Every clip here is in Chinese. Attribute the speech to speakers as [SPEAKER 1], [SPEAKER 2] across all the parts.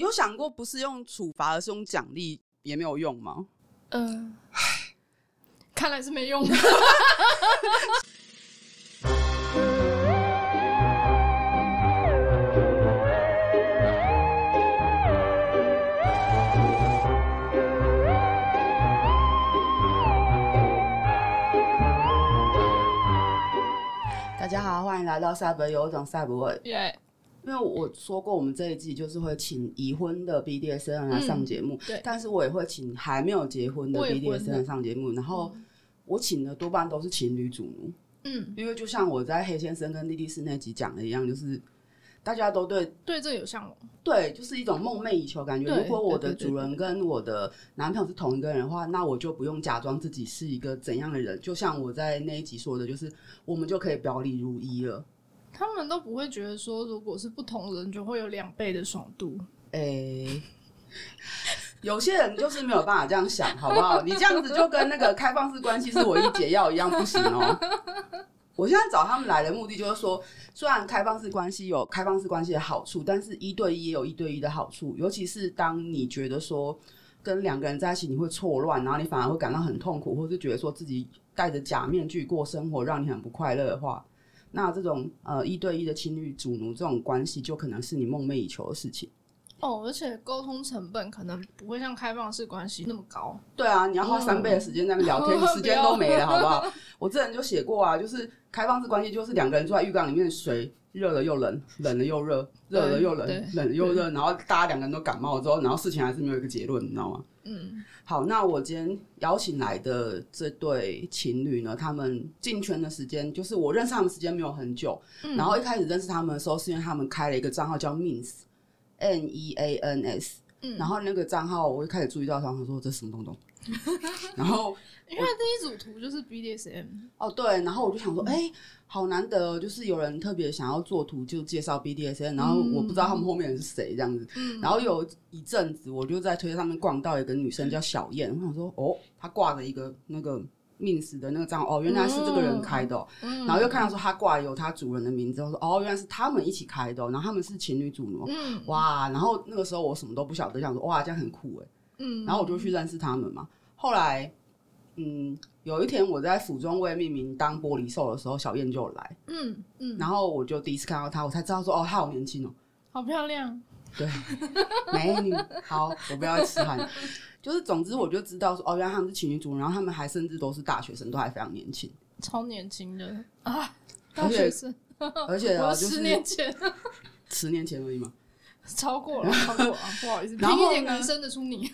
[SPEAKER 1] 有想过不是用处罚，而是用奖励也没有用吗？
[SPEAKER 2] 嗯、看来是没 用的。
[SPEAKER 1] 大家好，欢迎来到赛博有一种赛博味。
[SPEAKER 2] 耶、
[SPEAKER 1] 因为我说过，我们这一季就是会请已婚的 BDSN 人来上节目、
[SPEAKER 2] 对
[SPEAKER 1] 但是我也会请还没有结嗯婚的嗯
[SPEAKER 2] 未婚的
[SPEAKER 1] BDSN 人上节目。然后我请的多半都是情侣主奴，
[SPEAKER 2] 嗯，
[SPEAKER 1] 因为就像我在黑先生跟莉莉丝那集讲的一样，就是大家都对
[SPEAKER 2] 对这有向往。
[SPEAKER 1] 对，就是一种梦寐以求感觉。
[SPEAKER 2] 对
[SPEAKER 1] 如果我的
[SPEAKER 2] 对对对
[SPEAKER 1] 主人跟我的男朋友是同一个人的话，那我就不用假装自己是一个怎样的人。就像我在那一集说的，就是我们就可以表里如一了。
[SPEAKER 2] 他们都不会觉得说，如果是不同人，就会有两倍的爽度。
[SPEAKER 1] 诶、 有些人就是没有办法这样想，好不好？你这样子就跟那个开放式关系是我一解药一样，不行哦。我现在找他们来的目的就是说，虽然开放式关系有开放式关系的好处，但是一对一也有一对一的好处，尤其是当你觉得说跟两个人在一起你会错乱，然后你反而会感到很痛苦，或是觉得说自己戴着假面具过生活，让你很不快乐的话，那这种呃一对一的情侣主奴这种关系，就可能是你梦寐以求的事情。
[SPEAKER 2] 哦，而且沟通成本可能不会像开放式关系那么高。
[SPEAKER 1] 对啊，你要花三倍的时间在那边聊天，
[SPEAKER 2] 嗯
[SPEAKER 1] 时间都没了，好不好？我之前就写过啊，就是开放式关系，就是两个人坐在浴缸里面，水热了又冷，冷了又热，热了又冷
[SPEAKER 2] 对，
[SPEAKER 1] 冷了又热，然后大家两个人都感冒之后，然后事情还是没有一个结论，你知道吗？
[SPEAKER 2] 嗯，
[SPEAKER 1] 好，那我今天邀请来的这对情侣呢，他们进圈的时间，就是我认识他们时间没有很久，
[SPEAKER 2] 嗯
[SPEAKER 1] 然后一开始认识他们的时候，是因为他们开了一个账号叫 Means，M E A N S，
[SPEAKER 2] 嗯
[SPEAKER 1] 然后那个账号我一开始注意到他，我说这是什么东东， 然后
[SPEAKER 2] 因为第一组图就是 BDSM，
[SPEAKER 1] 哦对，然后我就想
[SPEAKER 2] 嗯
[SPEAKER 1] 说，哎、好难得哦，就是有人特别想要做图，就介绍 BDSN，然后我不知道他们后面人是谁这样子。
[SPEAKER 2] 嗯，
[SPEAKER 1] 然后有一阵子，我就在推特上面逛到一个女生叫小燕，我想说，哦，她挂着一个那个 Means 的那个账号，哦，原来是这个人开的、哦。
[SPEAKER 2] 嗯
[SPEAKER 1] 然后又看到说他挂有他主人的名字，我说哦，原来是他们一起开的哦、然后他们是情侣主奴，
[SPEAKER 2] 嗯
[SPEAKER 1] 哇！然后那个时候我什么都不晓得，想说哇，这样很酷哎，
[SPEAKER 2] 嗯，
[SPEAKER 1] 然后我就去认识他们嘛。后来，嗯，有一天我在府中为命名当玻璃兽的时候，小燕就有来，
[SPEAKER 2] 嗯嗯，
[SPEAKER 1] 然后我就第一次看到她，我才知道说哦，她好年轻哦，
[SPEAKER 2] 好漂亮，
[SPEAKER 1] 美女，好，我不要痴汉。 就是总之我就知道说哦，原来他们是情侣主奴，然后他们还甚至都是大学生，都还非常年轻，
[SPEAKER 2] 超年轻的啊，
[SPEAKER 1] 而
[SPEAKER 2] 大
[SPEAKER 1] 且
[SPEAKER 2] 学生，
[SPEAKER 1] 而且啊，
[SPEAKER 2] 哦我
[SPEAKER 1] 就
[SPEAKER 2] 十
[SPEAKER 1] 是
[SPEAKER 2] 年前
[SPEAKER 1] 十年前而已嘛。
[SPEAKER 2] 超过了，超过了，啊不好意思，拼
[SPEAKER 1] 然后
[SPEAKER 2] 一点
[SPEAKER 1] 呢
[SPEAKER 2] 能生得出你。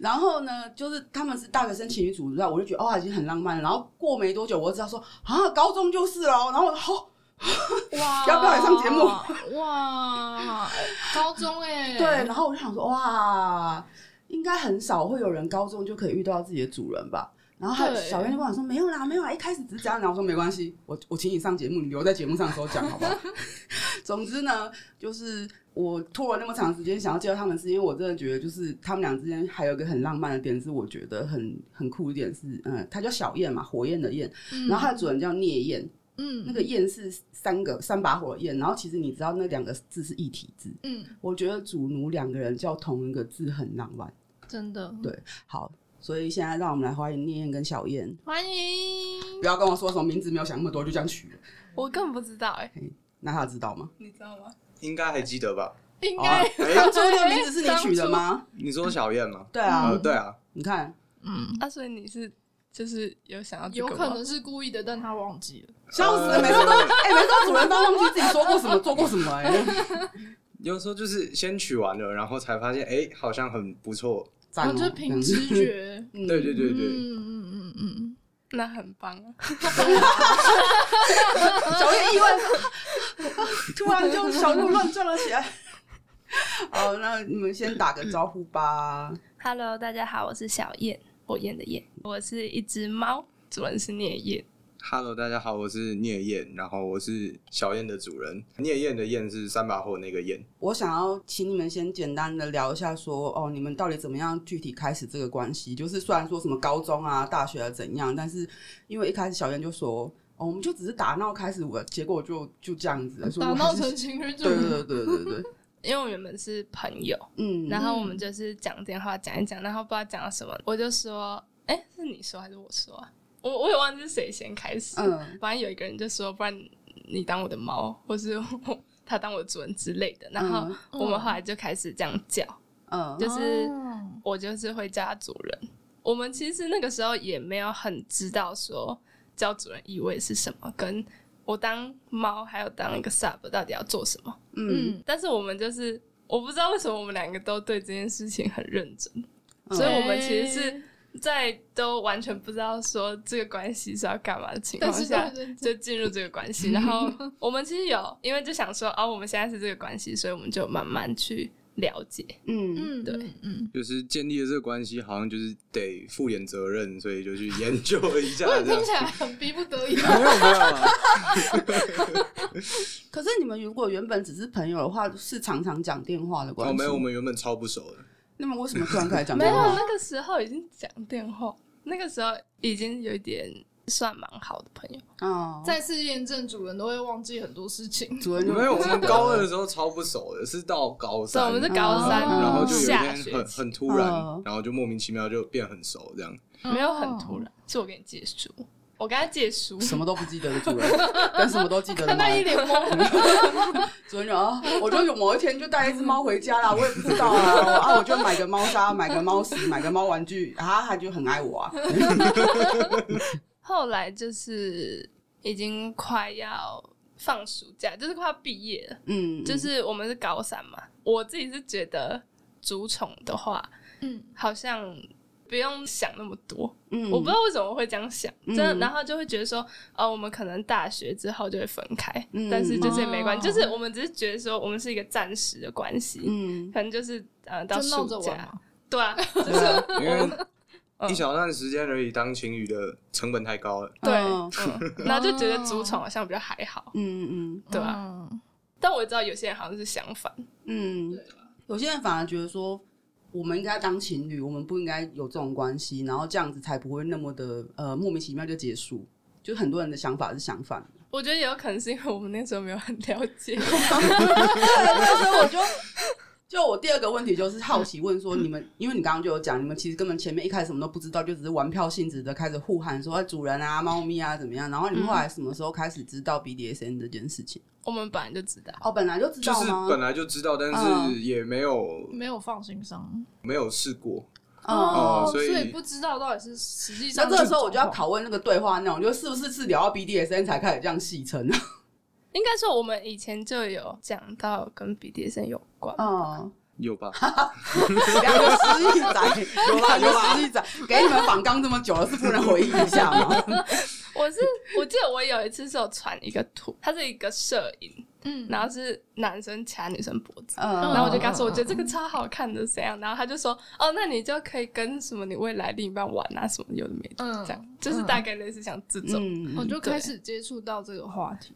[SPEAKER 1] 然后呢，就是他们是大学生情侣组织啊，我就觉得哦，已经很浪漫了。然后过没多久，我就知道说啊，高中就是了哦。然后我好、
[SPEAKER 2] 哇！
[SPEAKER 1] 要不要来上节
[SPEAKER 2] 目？哇，高中哎、
[SPEAKER 1] 对，然后我就想说哇，应该很少会有人高中就可以遇到自己的主人吧。然后他
[SPEAKER 2] 对
[SPEAKER 1] 小燕就跟我说没有啦，没有啦，一开始只是这样。然后我说没关系，我我请你上节目，你留在节目上的时候讲好不 好？总之呢，就是我拖了那么长时间想要介绍他们，是因为我真的觉得就是他们俩之间还有一个很浪漫的点，是我觉得很很酷一点是，嗯，他叫小燕嘛，火焰的焰。
[SPEAKER 2] 嗯，
[SPEAKER 1] 然后它的主人叫聂燕，
[SPEAKER 2] 嗯
[SPEAKER 1] 那个燕是三个三把火的燕，然后其实你知道那两个字是一体字，
[SPEAKER 2] 嗯，
[SPEAKER 1] 我觉得主奴两个人叫同一个字很浪漫。
[SPEAKER 2] 真的
[SPEAKER 1] 对好，所以现在让我们来欢迎聂燕跟小燕，
[SPEAKER 2] 欢迎。
[SPEAKER 1] 不要跟我说什么名字没有想那么多就这样取了，
[SPEAKER 3] 我根本不知道哎、
[SPEAKER 1] 那他知道吗？
[SPEAKER 3] 你知道吗？
[SPEAKER 4] 应该还记得 吧？
[SPEAKER 2] 应
[SPEAKER 1] 哦
[SPEAKER 2] 该、
[SPEAKER 4] 哎，
[SPEAKER 1] 当初那个名字是你取的吗？
[SPEAKER 4] 你说小燕吗？
[SPEAKER 1] 对啊，
[SPEAKER 4] 呃，对啊，
[SPEAKER 1] 你看
[SPEAKER 2] 嗯，
[SPEAKER 3] 啊，所以你是就是有想要这
[SPEAKER 2] 有
[SPEAKER 3] 个吗
[SPEAKER 2] 可能是故意的，但他忘记了。
[SPEAKER 1] 笑死了，每次都
[SPEAKER 4] 呃
[SPEAKER 1] 哎、每次都主人都忘记自己说过什么、做过什么哎、
[SPEAKER 4] 有时候就是先取完了，然后才发现，哎，好像很不错。
[SPEAKER 1] 赞哦
[SPEAKER 2] 我就凭直觉。
[SPEAKER 1] 嗯
[SPEAKER 4] 对对对对，
[SPEAKER 2] 嗯嗯嗯嗯
[SPEAKER 3] 那很棒啊！
[SPEAKER 1] 小叶意外，突然就小鹿乱撞了起来。好，那你们先打个招呼吧。
[SPEAKER 3] Hello，大家好，我是小燕，火焰的燕，我是一只猫，主人是聂燕。
[SPEAKER 4] Hello，大家好，我是聂燕，然后我是小燕的主人。聂燕的燕是三把火那个燕。
[SPEAKER 1] 我想要请你们先简单的聊一下说，哦，你们到底怎么样具体开始这个关系？就是虽然说什么高中啊、大学啊怎样，但是因为一开始小燕就说，哦，我们就只是打闹开始，我结果就就这样子了，
[SPEAKER 2] 嗯，
[SPEAKER 1] 所以
[SPEAKER 2] 打
[SPEAKER 1] 我
[SPEAKER 2] 闹
[SPEAKER 1] 还是
[SPEAKER 2] 成情侣主
[SPEAKER 1] 对对对对对对，
[SPEAKER 3] 因为我们原本是朋友，
[SPEAKER 1] 嗯，
[SPEAKER 3] 然后我们就是讲电话讲一讲，然后不知道讲到什么，我就说，哎、是你说还是我说啊？我我也忘记是谁先开始，
[SPEAKER 1] 嗯
[SPEAKER 3] 反正有一个人就说，不然你当我的猫，或是他当我的主人之类的。然后我们后来就开始这样叫，
[SPEAKER 1] 嗯，
[SPEAKER 3] 就是
[SPEAKER 2] 哦
[SPEAKER 3] 我就是会叫他主人。我们其实那个时候也没有很知道说叫主人意味是什么，跟我当猫还有当一个 sub 到底要做什么。
[SPEAKER 1] 嗯
[SPEAKER 2] 嗯，
[SPEAKER 3] 但是我们就是我不知道为什么我们两个都对这件事情很认真，
[SPEAKER 1] 嗯
[SPEAKER 3] 所以我们其实是在都完全不知道说这个关系是要干嘛的情况
[SPEAKER 2] 但是
[SPEAKER 3] 下
[SPEAKER 2] 对。对对
[SPEAKER 3] 就进入这个关系，然后我们其实有，因为就想说，哦，我们现在是这个关系，所以我们就慢慢去了解。
[SPEAKER 1] 嗯，
[SPEAKER 2] 嗯，
[SPEAKER 3] 对
[SPEAKER 2] 嗯嗯，
[SPEAKER 4] 就是建立了这个关系，好像就是得负点责任，所以就去研究一 下
[SPEAKER 2] 我也
[SPEAKER 4] 这样
[SPEAKER 2] 听。起来很逼不得已。
[SPEAKER 4] 没有没有啊，
[SPEAKER 1] 可是你们如果原本只是朋友的话，是常常讲电话的关
[SPEAKER 4] 哦
[SPEAKER 1] 系。
[SPEAKER 4] 没有，我们原本超不熟的。
[SPEAKER 1] 那么为什么突然开始讲
[SPEAKER 3] 没有
[SPEAKER 1] 电话？
[SPEAKER 3] 那个时候已经讲电话，那个时候已经有一点算蛮好的朋友。
[SPEAKER 1] 哦，
[SPEAKER 2] 再次验证主人都会忘记很多事情，
[SPEAKER 1] 主人就
[SPEAKER 4] 没有，我们
[SPEAKER 2] 啊
[SPEAKER 4] 高二的时候超不熟的，是到高
[SPEAKER 3] 所以
[SPEAKER 4] 三，
[SPEAKER 3] 我们是高三，
[SPEAKER 1] 哦
[SPEAKER 4] 然后就有一
[SPEAKER 3] 嗯下
[SPEAKER 4] 天
[SPEAKER 3] 学
[SPEAKER 4] 很
[SPEAKER 3] 期，嗯
[SPEAKER 4] 很突然
[SPEAKER 1] 哦，
[SPEAKER 4] 然后就莫名其妙就变很熟这样。
[SPEAKER 3] 没有很突然，是我跟你借书，我跟他借书，
[SPEAKER 1] 哦什么都不记得的主人，跟什么都记 得的
[SPEAKER 2] 看
[SPEAKER 1] 猫
[SPEAKER 2] 他。一脸懵。
[SPEAKER 1] 主人就啊，我就有某一天就带一只猫回家啦，我也不知道啊，啊，我就买个猫砂，买个猫食，买个猫玩具，啊，它就很爱我啊。
[SPEAKER 3] 后来就是已经快要放暑假，就是快要毕业了。
[SPEAKER 1] 嗯，
[SPEAKER 3] 就是我们是高三嘛，我自己是觉得主宠的话，
[SPEAKER 2] 嗯，
[SPEAKER 3] 好像不用想那么多。
[SPEAKER 1] 嗯
[SPEAKER 3] 我不知道为什么我会这样想，
[SPEAKER 1] 嗯
[SPEAKER 3] 真的，然后就会觉得说，哦，我们可能大学之后就会分开，
[SPEAKER 1] 嗯
[SPEAKER 3] 但是就是也没关系，
[SPEAKER 2] 哦
[SPEAKER 3] 就是我们只是觉得说，我们是一个暂时的关系，
[SPEAKER 1] 嗯，
[SPEAKER 3] 可能就是呃到
[SPEAKER 2] 就闹
[SPEAKER 3] 暑
[SPEAKER 2] 着玩
[SPEAKER 3] 假
[SPEAKER 2] 嘛，
[SPEAKER 3] 对啊，
[SPEAKER 1] 是
[SPEAKER 4] 因为
[SPEAKER 3] 嗯
[SPEAKER 4] 一小段时间而已，当情侣的成本太高了。
[SPEAKER 3] 对，
[SPEAKER 1] 哦
[SPEAKER 3] 嗯，然后就觉得
[SPEAKER 2] 哦
[SPEAKER 3] 主宠好像比较还好，
[SPEAKER 1] 嗯嗯
[SPEAKER 3] 对啊，
[SPEAKER 2] 嗯
[SPEAKER 3] 但我知道有些人好像是相反，
[SPEAKER 1] 嗯嗯，有些人反而觉得说。我们应该当情侣，我们不应该有这种关系，然后这样子才不会那么的呃莫名其妙就结束。就很多人的想法是相反的
[SPEAKER 3] 我觉得也有可能是因为我们那时候没有很了解，
[SPEAKER 1] 所以我就就我第二个问题就是好奇问说，你们因为你刚刚就有讲，你们其实根本前面一开始什么都不知道，就只是玩票性质的开始互喊说、哎主人啊、猫咪啊怎么样，然后你们后来什么时候开始知道 BDSN 这件事情？
[SPEAKER 3] 我们本来就知道，嗯
[SPEAKER 1] 哦，本来就知
[SPEAKER 4] 就
[SPEAKER 1] 道
[SPEAKER 4] 是
[SPEAKER 1] 吗？
[SPEAKER 4] 本来就知道，但是也没有
[SPEAKER 2] 没有放心上
[SPEAKER 4] 没有试过。
[SPEAKER 1] 哦。
[SPEAKER 4] 所
[SPEAKER 2] 所
[SPEAKER 4] 以
[SPEAKER 2] 以不知道到底是实际
[SPEAKER 1] 那
[SPEAKER 2] 上。
[SPEAKER 1] 这个时候我就要，拷问那个对话内容，就是不是是聊到 BDSN 才开始这样戏称？
[SPEAKER 3] 应该说我们以前就有讲到跟 BDSM 有关，
[SPEAKER 1] 哦，
[SPEAKER 4] 有吧？
[SPEAKER 1] 两个失忆仔，有啦有 啦，失忆仔，给你们仿纲这么久了，是不能回忆一下吗？
[SPEAKER 3] 我是我记得我有一次是有传一个图，它是一个摄影，
[SPEAKER 2] 嗯，
[SPEAKER 3] 然后是男生掐女生脖子。
[SPEAKER 1] 嗯，
[SPEAKER 3] 然后我就跟他说，
[SPEAKER 2] 嗯
[SPEAKER 3] 我觉得这个超好看的，怎样？然后他就说，哦，那你就可以跟什么你未来另一半玩啊，什么有的没的，
[SPEAKER 2] 嗯
[SPEAKER 3] 这样就是大概类似像这种。
[SPEAKER 1] 嗯
[SPEAKER 2] 我就
[SPEAKER 3] 对
[SPEAKER 2] 开始接触到这个话题。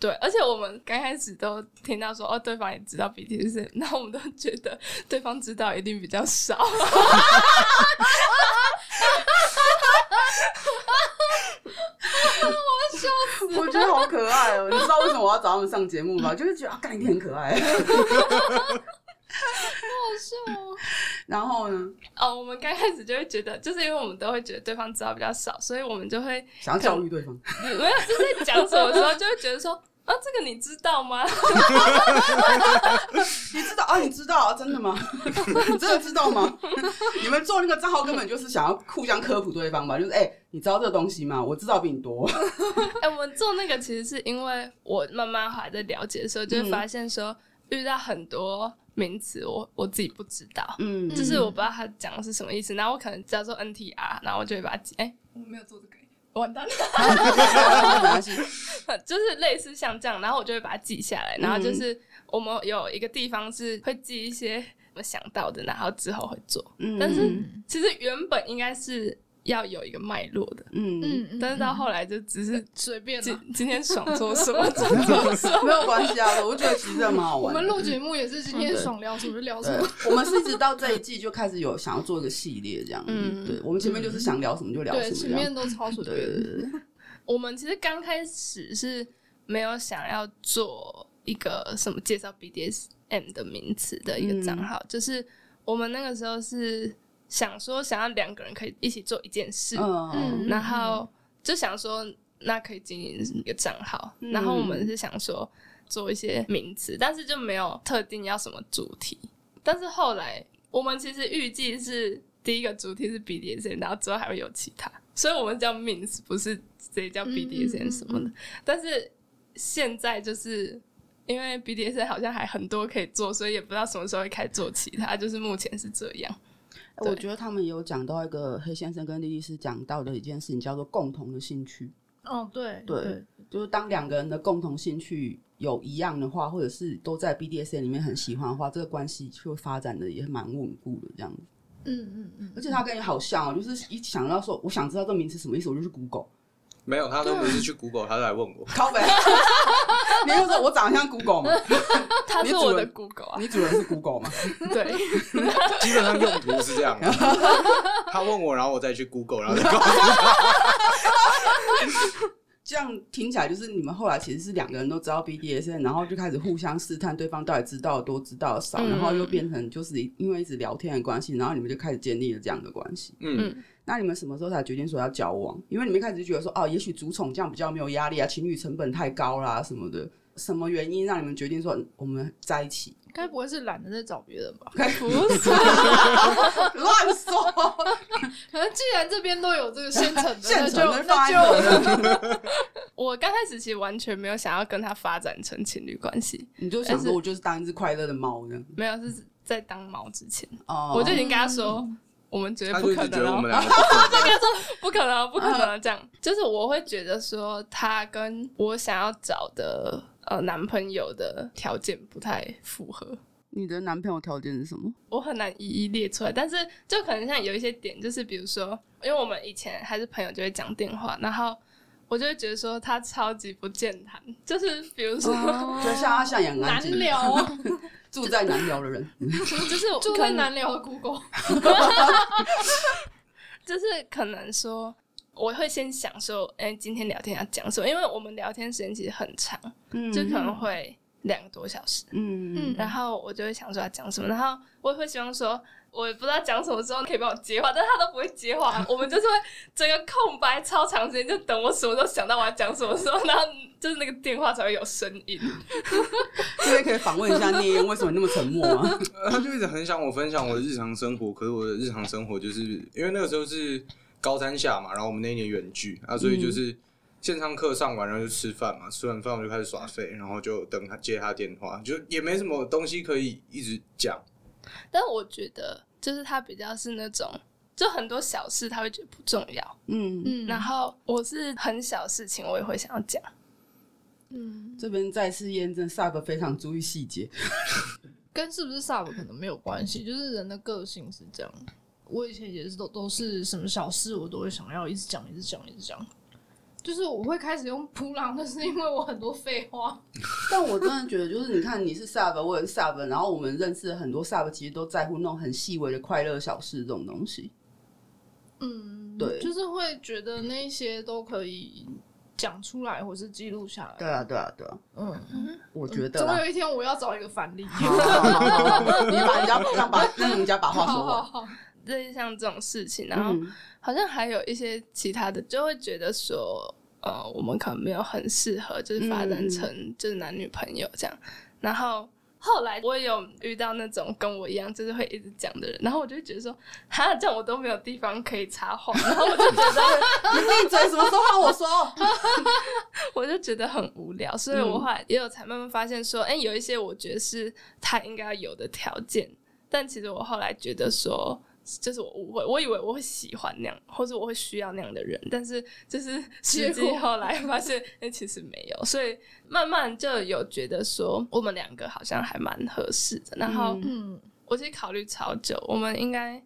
[SPEAKER 3] 对，而且我们刚开始都听到说，哦，对方也知道 BTS，然后我们都觉得对方知道一定比较少，
[SPEAKER 1] 我觉得好可爱哦、你知道为什么我要找他们上节目吗？就是觉得啊，干你很可爱。
[SPEAKER 2] 好笑哦，
[SPEAKER 1] 然后呢，
[SPEAKER 3] 哦，我们刚开始就会觉得，就是因为我们都会觉得对方知道比较少，所以我们就会
[SPEAKER 1] 想要教育对方，
[SPEAKER 3] 没有就是在讲什么时候就会觉得说，啊，这个你知道吗？
[SPEAKER 1] 你知道啊？你知道啊？真的吗？ 你真的知道吗？ 你们做那个账号根本就是想要互相科普对方吧？就是哎、你知道这个东西吗？我知道比你多。
[SPEAKER 3] 哎、我们做那个其实是因为我慢慢还在了解的时候，
[SPEAKER 2] 嗯
[SPEAKER 3] 就会发现说，遇到很多名词我我自己不知道。
[SPEAKER 1] 嗯
[SPEAKER 3] 就是我不知道他讲的是什么意思，然后我可能只要说 NTR，然后我就会把它记。哎、 我没有做这个，完蛋了。
[SPEAKER 1] 没关系。
[SPEAKER 3] 就是类似像这样，然后我就会把它记下来。然后
[SPEAKER 2] 嗯
[SPEAKER 3] 就是我们有一个地方是会记一些我想到的，然后之后会做。
[SPEAKER 1] 嗯
[SPEAKER 3] 但是
[SPEAKER 2] 嗯
[SPEAKER 3] 其实原本应该是要有一个脉络的，
[SPEAKER 1] 嗯，
[SPEAKER 2] 嗯，
[SPEAKER 3] 但是到后来就只是
[SPEAKER 2] 随便
[SPEAKER 3] 今
[SPEAKER 2] 啦。
[SPEAKER 3] 今天爽做什 么就做什么。
[SPEAKER 1] 没有关系啊，我觉得其实蛮好
[SPEAKER 2] 我
[SPEAKER 1] 玩的。
[SPEAKER 2] 们录节目也是今天爽聊什么就聊什
[SPEAKER 1] 嗯对
[SPEAKER 2] 么，，
[SPEAKER 1] 我们是一直到这一季就开始有想要做一个系列这样。嗯，
[SPEAKER 3] 嗯
[SPEAKER 1] 对，我们前面就是想聊什么就 聊什
[SPEAKER 2] 对，
[SPEAKER 1] 么这
[SPEAKER 2] 前
[SPEAKER 1] 样。
[SPEAKER 2] 面都超随
[SPEAKER 1] 对对
[SPEAKER 2] 便。
[SPEAKER 1] 对对，
[SPEAKER 3] 我们其实刚开始是没有想要做一个什么介绍 BDSM 的名词的一个账号，就是我们那个时候是想说想要两个人可以一起做一件事，
[SPEAKER 1] 嗯
[SPEAKER 2] 嗯
[SPEAKER 3] 然后就想说那可以经营一个账号，
[SPEAKER 1] 嗯
[SPEAKER 3] 然后我们是想说做一些名词，但是就没有特定要什么主题。但是后来我们其实预计是第一个主题是 BDSM，然后之后还会有其他，所以我们叫 means 不是直接叫
[SPEAKER 2] 嗯嗯
[SPEAKER 3] BDSM
[SPEAKER 2] 嗯
[SPEAKER 3] 什么的。但是现在就是。因为 BDSM 好像还很多可以做，所以也不知道什么时候会开始做其他，就是目前是这样。对
[SPEAKER 1] 哎我觉得他们有讲到一个黑先生跟莉莉丝讲到的一件事情，叫做共同的兴趣。
[SPEAKER 2] 哦，对
[SPEAKER 1] 对就是当两个人的共同兴趣有一样的话，或者是都在 BDSM 里面很喜欢的话，这个关系就会发展的也蛮稳固的这样子。
[SPEAKER 2] 嗯嗯嗯，
[SPEAKER 1] 而且他跟你好像哦，就是一想到说我想知道这名词什么意思，我就去 Google
[SPEAKER 4] 没有，他都不是去 Google，他都来 问我。
[SPEAKER 1] 靠北。 你又说我长得像 Google 吗？
[SPEAKER 3] 他
[SPEAKER 1] 你
[SPEAKER 3] 是
[SPEAKER 1] 主
[SPEAKER 3] 我的
[SPEAKER 1] 人
[SPEAKER 3] Google 啊，
[SPEAKER 1] 你主人是 Google 吗？
[SPEAKER 3] 对，
[SPEAKER 4] 基本上用途是这样 的，他问我，然后我再去 Google，然后再告诉
[SPEAKER 1] 这样听起来就是你们后来其实是两个人都知道 BDSM，然后就开始互相试探对方到底知道的多知道的少，
[SPEAKER 3] 嗯
[SPEAKER 1] 然后又变成就是因为一直聊天的关系，然后你们就开始建立了这样的关系。
[SPEAKER 4] 嗯，
[SPEAKER 1] 那你们什么时候才决定说要交往？因为你们一开始就觉得说哦，也许主宠这样比较没有压力啊，情侣成本太高啦什么的。什么原因让你们决定说我们在一起？
[SPEAKER 2] 该不会是懒得在找别人 吧？
[SPEAKER 3] 不是，
[SPEAKER 1] 乱说，
[SPEAKER 2] 可能既然这边都有这个现成的，
[SPEAKER 1] 现
[SPEAKER 2] 那
[SPEAKER 1] 成
[SPEAKER 2] 就
[SPEAKER 1] 的
[SPEAKER 2] 那
[SPEAKER 1] 发
[SPEAKER 2] 就
[SPEAKER 1] 言，
[SPEAKER 3] 我刚开始其实完全没有想要跟他发展成情侣关系，
[SPEAKER 1] 你就想说我就是当一只快乐的猫呢？
[SPEAKER 3] 没有是在当猫之前，
[SPEAKER 1] 哦，
[SPEAKER 3] 我就已经跟他说，我们绝对
[SPEAKER 4] 他
[SPEAKER 3] 不
[SPEAKER 4] 就一
[SPEAKER 3] 可
[SPEAKER 4] 直觉得我
[SPEAKER 3] 能
[SPEAKER 4] 们
[SPEAKER 3] 哦，
[SPEAKER 4] 两个
[SPEAKER 3] 不
[SPEAKER 4] 不可能。
[SPEAKER 3] 可能哦，不可能哦这样。就是我会觉得说，他跟我想要找的呃男朋友的条件不太符合。
[SPEAKER 1] 你的男朋友条件是什么？
[SPEAKER 3] 我很难一一列出来，但是就可能像有一些点，就是比如说，因为我们以前还是朋友，就会讲电话，然后我就会觉得说他超级不健谈， 就是比如说、
[SPEAKER 1] 就像他像养安
[SPEAKER 2] 难
[SPEAKER 1] 静，
[SPEAKER 2] 聊哦，
[SPEAKER 1] 住在难聊的人，
[SPEAKER 3] 就是
[SPEAKER 2] 住
[SPEAKER 3] 可
[SPEAKER 2] 在
[SPEAKER 3] 能
[SPEAKER 2] 难聊的 Google。
[SPEAKER 3] 就是可能说，我会先想说，哎、今天聊天要讲什么？因为我们聊天时间其实很长，
[SPEAKER 1] 嗯
[SPEAKER 3] 就可能会两个多小时。
[SPEAKER 1] 嗯嗯
[SPEAKER 2] 嗯
[SPEAKER 3] 然后我就会想说要讲什么，然后我也会希望说，我也不知道讲什么时候可以帮我接话，但是他都不会接话，我们就是会整个空白超长时间，就等我什么时候想到我要讲什么时候，然后就是那个电话才会有声音。
[SPEAKER 1] 这边可以访问一下聂燕为什么那么沉默 吗？
[SPEAKER 4] 他就一直很想我分享我的日常生活，可是我的日常生活就是因为那个时候是高三下嘛，然后我们那一年远距啊，所以就是线上课上完然后就吃饭嘛，吃完饭我就开始耍废，然后就等他接他电话，就也没什么东西可以一直讲。
[SPEAKER 3] 但我觉得，就是他比较是那种，就很多小事他会觉得不重要，
[SPEAKER 1] 嗯，
[SPEAKER 2] 嗯
[SPEAKER 3] 然后我是很小事情我也会想要讲。
[SPEAKER 2] 嗯，
[SPEAKER 1] 这边再次验证 Sub 非常注意细节，
[SPEAKER 2] 跟是不是 sub 可能没有关系，就是人的个性是这样。我以前也是都都是什么小事我都会想要一直讲，一直讲，一直讲。就是我会开始用扑浪，那是因为我很多废话。
[SPEAKER 1] 但我真的觉得，就是你看，你是 sub，我也是 sub，然后我们认识了很多 sub，其实都在乎那种很细微的快乐小事这种东西。
[SPEAKER 2] 嗯，
[SPEAKER 1] 对
[SPEAKER 2] 就是会觉得那些都可以讲出来，或是记录下来。
[SPEAKER 1] 对啊，对啊，对啊，
[SPEAKER 2] 嗯，
[SPEAKER 1] 我觉得
[SPEAKER 2] 总
[SPEAKER 1] 啦。
[SPEAKER 2] 有一天我要找一个反例。
[SPEAKER 1] 好好好好好你把人家让把让人家把话说
[SPEAKER 2] 好
[SPEAKER 1] 完。
[SPEAKER 2] 好，
[SPEAKER 3] 类似像这种事情，然后
[SPEAKER 1] 嗯
[SPEAKER 3] 好像还有一些其他的，就会觉得说，呃，我们可能没有很适合，就是发展成就是男女朋友这样。然后后来我也有遇到那种跟我一样，就是会一直讲的人，然后我就会觉得说，哈，这样我都没有地方可以插话，然后我就觉得
[SPEAKER 1] 你闭嘴，什么时候换我说？
[SPEAKER 3] 我就觉得很无聊，所以我后来也有才慢慢发现说，哎、有一些我觉得是他应该有的条件，但其实我后来觉得说，就是我误会，我以为我会喜欢那样，或者我会需要那样的人，但是就是实
[SPEAKER 2] 结
[SPEAKER 3] 际
[SPEAKER 2] 果
[SPEAKER 3] 后来发现，哎、其实没有，所以慢慢就有觉得说，我们两个好像还蛮合适的。然后
[SPEAKER 1] 嗯
[SPEAKER 2] 嗯，
[SPEAKER 3] 我其实考虑超久，我们应该，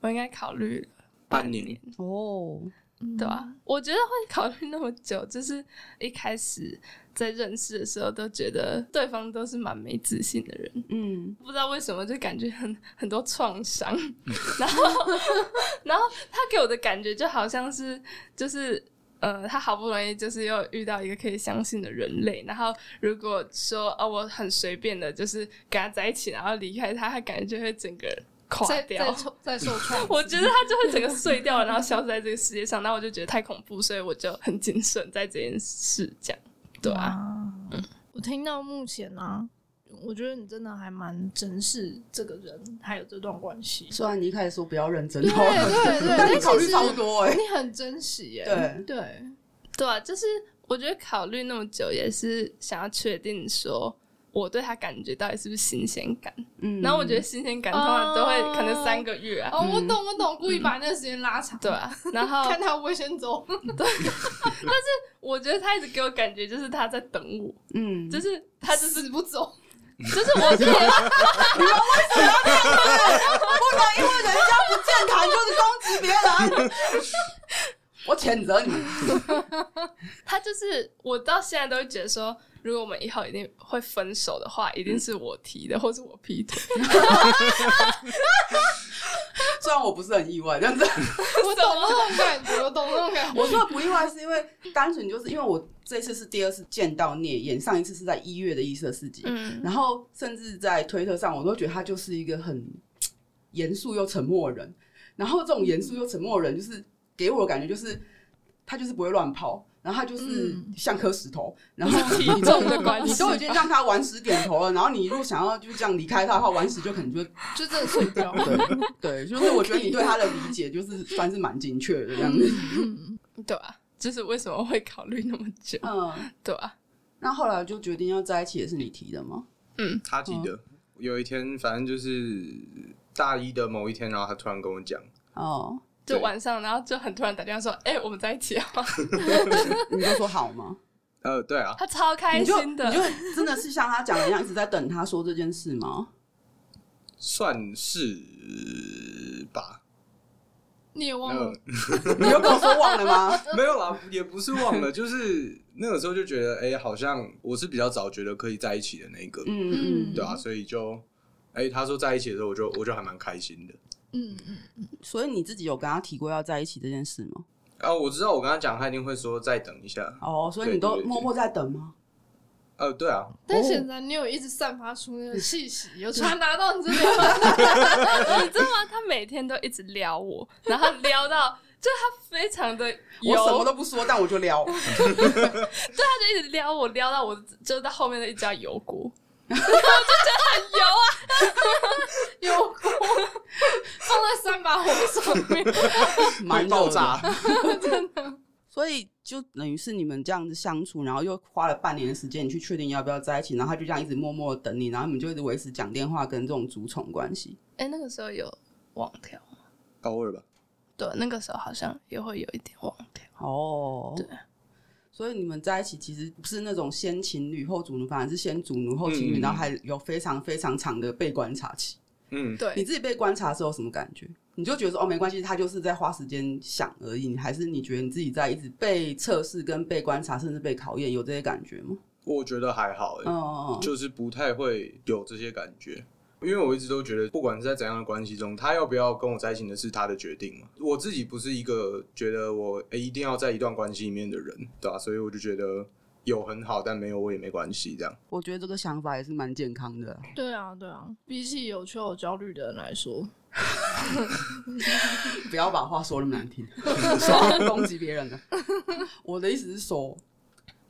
[SPEAKER 3] 我应该考虑了
[SPEAKER 4] 半
[SPEAKER 3] 半
[SPEAKER 4] 年
[SPEAKER 3] 年
[SPEAKER 1] 哦，
[SPEAKER 2] 嗯
[SPEAKER 3] 对
[SPEAKER 2] 啊
[SPEAKER 3] 吧、我觉得会考虑那么久，就是一开始在认识的时候都觉得对方都是蛮没自信的人，
[SPEAKER 1] 嗯，
[SPEAKER 3] 不知道为什么就感觉很很多创伤。 然后，然后他给我的感觉就好像是就是。呃，他好不容易就是又遇到一个可以相信的人类，然后如果说哦，我很随便的，就是跟他在一起，然后离开他，他感觉就会整个人垮
[SPEAKER 2] 再
[SPEAKER 3] 掉，，
[SPEAKER 2] 再受再受创
[SPEAKER 3] 我觉得他就会整个碎掉了，然后消失在这个世界上。那我就觉得太恐怖，所以我就很谨慎在这件事这样。对啊，
[SPEAKER 2] 哇嗯我听到目前啊，我觉得你真的还蛮珍视这个人，还有这段关系。
[SPEAKER 1] 虽然你一开始说不要认真
[SPEAKER 2] 对
[SPEAKER 1] 哦，
[SPEAKER 2] 对对，
[SPEAKER 1] 但你
[SPEAKER 2] 但
[SPEAKER 1] 考虑
[SPEAKER 2] 其实
[SPEAKER 1] 超多哎、
[SPEAKER 2] 你很珍惜耶、
[SPEAKER 1] 对
[SPEAKER 2] 对，
[SPEAKER 3] 对啊，就是我觉得考虑那么久，也是想要确定说我对他感觉到底是不是新鲜感。
[SPEAKER 1] 嗯
[SPEAKER 3] 然后我觉得新鲜感通常都会
[SPEAKER 2] 哦
[SPEAKER 3] 可能三个月啊，
[SPEAKER 2] 哦，我懂，我懂，故意把那个时间拉长，
[SPEAKER 3] 对啊。然后
[SPEAKER 2] 哦 看他会不会先走。
[SPEAKER 3] 我觉得他一直给我感觉就是他在等我，
[SPEAKER 1] 嗯，
[SPEAKER 3] 就是他
[SPEAKER 2] 他
[SPEAKER 3] 就
[SPEAKER 2] 就是是不 走，
[SPEAKER 3] 就是我觉得
[SPEAKER 1] 不能因为人家不健谈就是攻击别人。啊 我谴责你，
[SPEAKER 3] 他就是我到现在都会觉得说，如果我们以后一定会分手的话，
[SPEAKER 2] 嗯
[SPEAKER 3] 一定是我提的，或是我劈腿。
[SPEAKER 1] 虽然我不是很意外，但是
[SPEAKER 2] 我懂那种感觉，我懂那种感 觉。
[SPEAKER 1] 我说的不意外，是因为单纯就是因为我这次是第二次见到聂燕，上一次是在一月的一社四级，
[SPEAKER 3] 嗯，
[SPEAKER 1] 然后甚至在推特上，我都觉得他就是一个很严肃又沉默的人。然后这种严肃又沉默的人，就是给我的感觉就是他就是不会乱跑，然后他就是
[SPEAKER 2] 嗯
[SPEAKER 1] 像颗石头，然后
[SPEAKER 3] 体重的关系，
[SPEAKER 1] 你都已经让他玩死点头了，然后你如果想要就这样离开他的话，玩死就可能就
[SPEAKER 2] 就真的碎掉。
[SPEAKER 1] 对，就是我觉得你对他的理解就是算是蛮精确的这样子。
[SPEAKER 3] 对啊，就是为什么会考虑那么久，
[SPEAKER 1] 嗯，
[SPEAKER 3] 对啊，
[SPEAKER 1] 那后来就决定要在一起，也是你提的吗？
[SPEAKER 3] 嗯，
[SPEAKER 4] 他提的。有一天，反正就是大一的某一天，然后他突然跟我讲，
[SPEAKER 1] 哦，
[SPEAKER 3] 就
[SPEAKER 4] 对
[SPEAKER 3] 晚上，然后就很突然打电话说，哎、我们在一起啊，
[SPEAKER 1] 你就说好吗？
[SPEAKER 4] 呃，对啊，
[SPEAKER 3] 他超开
[SPEAKER 1] 你就
[SPEAKER 3] 心
[SPEAKER 1] 你
[SPEAKER 3] 的，
[SPEAKER 1] 就真的是像他讲的一样，一直在等他说这件事吗？
[SPEAKER 4] 算是吧，
[SPEAKER 2] 你也忘
[SPEAKER 4] 呃
[SPEAKER 2] 了，
[SPEAKER 1] 你又跟我说忘了吗？
[SPEAKER 4] 没有啦，也不是忘了，就是那个时候就觉得，哎、好像我是比较早觉得可以在一起的那一个，
[SPEAKER 1] 嗯嗯，
[SPEAKER 4] 对啊，所以就，哎、他说在一起的时候，我就我就还蛮开心的。
[SPEAKER 2] 嗯嗯，
[SPEAKER 1] 所以你自己有跟他提过要在一起这件事吗？
[SPEAKER 4] 啊，我知道我跟他讲，他一定会说再等一下。
[SPEAKER 1] 哦，所以你都
[SPEAKER 4] 对对对
[SPEAKER 1] 默默在等吗？
[SPEAKER 4] 呃，对啊，
[SPEAKER 2] 但显然你有一直散发出那个气息， 有传达到你这边吗，
[SPEAKER 3] 你知道吗？他每天都一直撩我，然后撩到。就他非常 的
[SPEAKER 1] 我
[SPEAKER 3] 油，
[SPEAKER 1] 什么都不说，但我就 撩。
[SPEAKER 3] 他就一直撩我，撩到我就到后面的一家油锅，
[SPEAKER 2] 有过放在三把火上面，
[SPEAKER 1] 蛮
[SPEAKER 4] 会爆炸。
[SPEAKER 1] 所以就等于是你们这样子相处，然后又花了半年的时间，你去确定要不要在一起，然后他就这样一直默默地等你，然后你们就一直维持讲电话跟这种主宠关系。
[SPEAKER 3] 哎、那个时候有网跳，
[SPEAKER 4] 偶尔吧。
[SPEAKER 3] 对，那个时候好像也会有一点网跳，
[SPEAKER 1] 哦，
[SPEAKER 3] 对。
[SPEAKER 1] 所以你们在一起其实不是那种先情侣后主奴，反而是先主奴后情侣，
[SPEAKER 4] 嗯
[SPEAKER 1] 然后还有非常非常长的被观察期。
[SPEAKER 4] 嗯，
[SPEAKER 1] 你
[SPEAKER 3] 对，
[SPEAKER 1] 自己被观察的时候有什么感觉？你就觉得说哦没关系，他就是在花时间想而已，还是你觉得你自己在一直被测试、跟被观察，甚至被考验，有这些感觉吗？
[SPEAKER 4] 我觉得还好、欸，
[SPEAKER 1] 嗯
[SPEAKER 3] 哦
[SPEAKER 1] 嗯嗯，
[SPEAKER 4] 就是不太会有这些感觉。因为我一直都觉得，不管是在怎样的关系中，他要不要跟我在一起，那是他的决定嘛。我自己不是一个觉得我、欸、一定要在一段关系里面的人，对吧、所以我就觉得有很好，但没有我也没关系，这样。
[SPEAKER 1] 我觉得这个想法也是蛮健康的。
[SPEAKER 2] 对啊，对啊，比起有求有焦虑的人来说，
[SPEAKER 1] 不要把话说那么难听，说要攻击别人了。我的意思是说，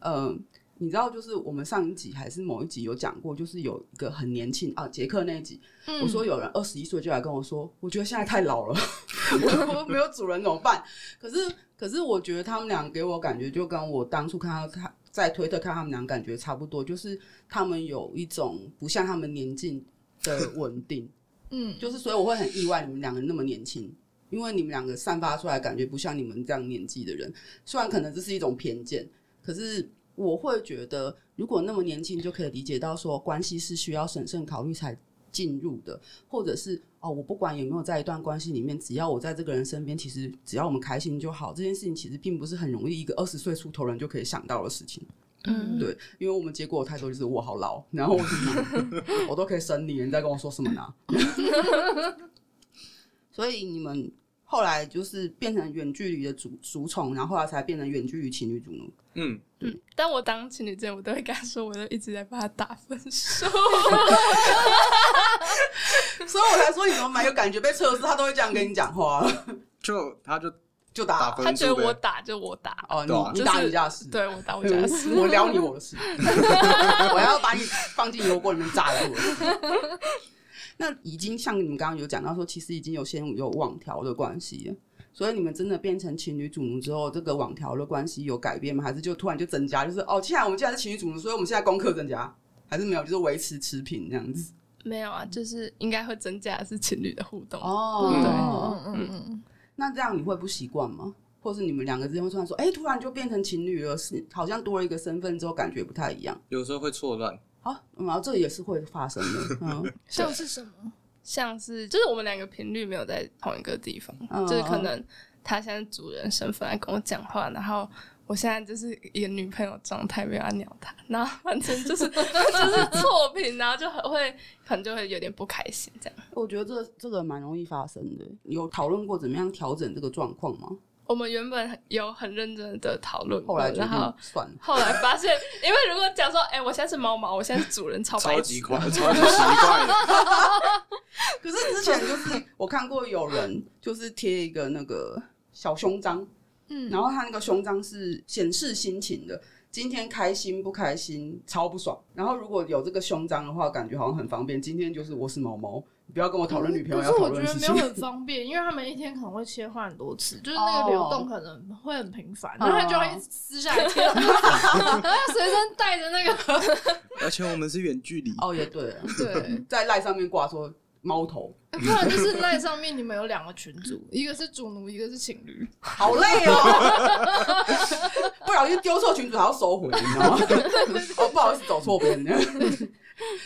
[SPEAKER 1] 呃，你知道，就是我们上一集还是某一集有讲过，就是有一个很年轻啊，杰克那一集，
[SPEAKER 2] 嗯
[SPEAKER 1] 我说有人二十一岁就来跟我说，我觉得现在太老了，我我没有主人怎么办？可是可是我觉得他们俩给我感觉就跟我当初看到他在推特看他们俩感觉差不多，就是他们有一种不像他们年纪的稳定。
[SPEAKER 2] 嗯，
[SPEAKER 1] 就是所以我会很意外你们两个那么年轻，因为你们两个散发出来感觉不像你们这样年纪的人。虽然可能这是一种偏见，可是我会觉得，如果那么年轻就可以理解到说关系是需要审慎考虑才进入的，或者是哦，我不管有没有在一段关系里面，只要我在这个人身边，其实只要我们开心就好。这件事情其实并不是很容易一个二十岁出头人就可以想到的事情。
[SPEAKER 3] 嗯，
[SPEAKER 1] 对，因为我们结果有太多就是我好老，然后我就是 我都可以生你，你在跟我说什么呢？所以你们后来就是变成远距离的主主宠，然后后来才变成远距离情侣主奴。
[SPEAKER 4] 嗯，
[SPEAKER 3] 嗯，但我当情侣之前，我都会跟他说，我都一直在帮他打分数。
[SPEAKER 1] 所以我才说你怎么蛮有感觉被测试，他都会这样跟你讲话，
[SPEAKER 4] 就他就
[SPEAKER 1] 就
[SPEAKER 4] 打
[SPEAKER 1] 打
[SPEAKER 4] 分数呗，
[SPEAKER 3] 他觉得我打就我打，
[SPEAKER 1] 哦，
[SPEAKER 4] 对啊
[SPEAKER 1] 你
[SPEAKER 3] 就
[SPEAKER 1] 你打
[SPEAKER 3] 是
[SPEAKER 1] 你家的事，
[SPEAKER 3] 对我打我家的事。
[SPEAKER 1] 我撩你我的事，我要把你放进油锅里面炸了我的事。 那已经像你们刚刚有讲到说，其实已经有先有网调的关系了，所以你们真的变成情侣主奴之后，这个网调的关系有改变吗？还是就突然就增加？就是哦，既然我们既然是情侣主奴，所以我们现在功课增加，还是没有，就是维持持平这样子？
[SPEAKER 3] 没有啊，就是应该会增加的是情侣的互动。
[SPEAKER 1] 嗯哦
[SPEAKER 2] 嗯
[SPEAKER 3] 对
[SPEAKER 2] 嗯嗯嗯嗯，
[SPEAKER 1] 那这样你会不习惯吗？或是你们两个之间会突然说，哎、突然就变成情侣了，是好像多了一个身份之后，感觉不太一样。
[SPEAKER 4] 有时候会错乱，
[SPEAKER 1] 好、嗯，然后这也是会发生的，嗯。
[SPEAKER 2] 像是什么？
[SPEAKER 3] 像是就是我们两个频率没有在同一个地方，
[SPEAKER 1] 嗯
[SPEAKER 3] 就是可能他现在主人身份来跟我讲话，然后我现在就是一个女朋友状态，没有要鸟他，然后反正 就是就是错频，然后就很会可能就会有点不开心这样。
[SPEAKER 1] 我觉得这这个蛮容易发生的。有讨论过怎么样调整这个状况吗？
[SPEAKER 3] 我们原本有很认真的讨论过，
[SPEAKER 1] 后来决
[SPEAKER 3] 然后
[SPEAKER 1] 定算了。
[SPEAKER 3] 后来发现，因为如果讲说，哎、我现在是猫毛，我现在是主人，超白
[SPEAKER 4] 超
[SPEAKER 3] 痴
[SPEAKER 4] 级 快，超级奇怪的。
[SPEAKER 1] 可是之前就是 我看过有人就是贴一个那个小胸章，
[SPEAKER 2] 嗯，
[SPEAKER 1] 然后他那个胸章是显示心情的。今天开心不开心，超不爽。然后如果有这个胸章的话，感觉好像很方便。今天就是我是毛毛，你不要跟我讨论女朋友，
[SPEAKER 2] 嗯可
[SPEAKER 1] 要
[SPEAKER 2] 是
[SPEAKER 1] 讨
[SPEAKER 2] 我觉
[SPEAKER 1] 论
[SPEAKER 2] 得
[SPEAKER 1] 事
[SPEAKER 2] 没
[SPEAKER 1] 情
[SPEAKER 2] 有。很方便，因为他们一天可能会切换很多次，就是
[SPEAKER 1] 哦
[SPEAKER 2] 那个流动可能会很频繁，然后他就要一直撕下来 贴，然后 随身带着那个，
[SPEAKER 4] 而且我们是远距离，
[SPEAKER 1] 哦，也对了，
[SPEAKER 2] 对，
[SPEAKER 1] 在赖上面挂说猫头，
[SPEAKER 2] 不然就是赖上面你们有两个群组，一个是主奴，一个是情侣，
[SPEAKER 1] 好累哦， 不小心丢错群主还要收回，你知道吗？哦， 不好意思，走错边了。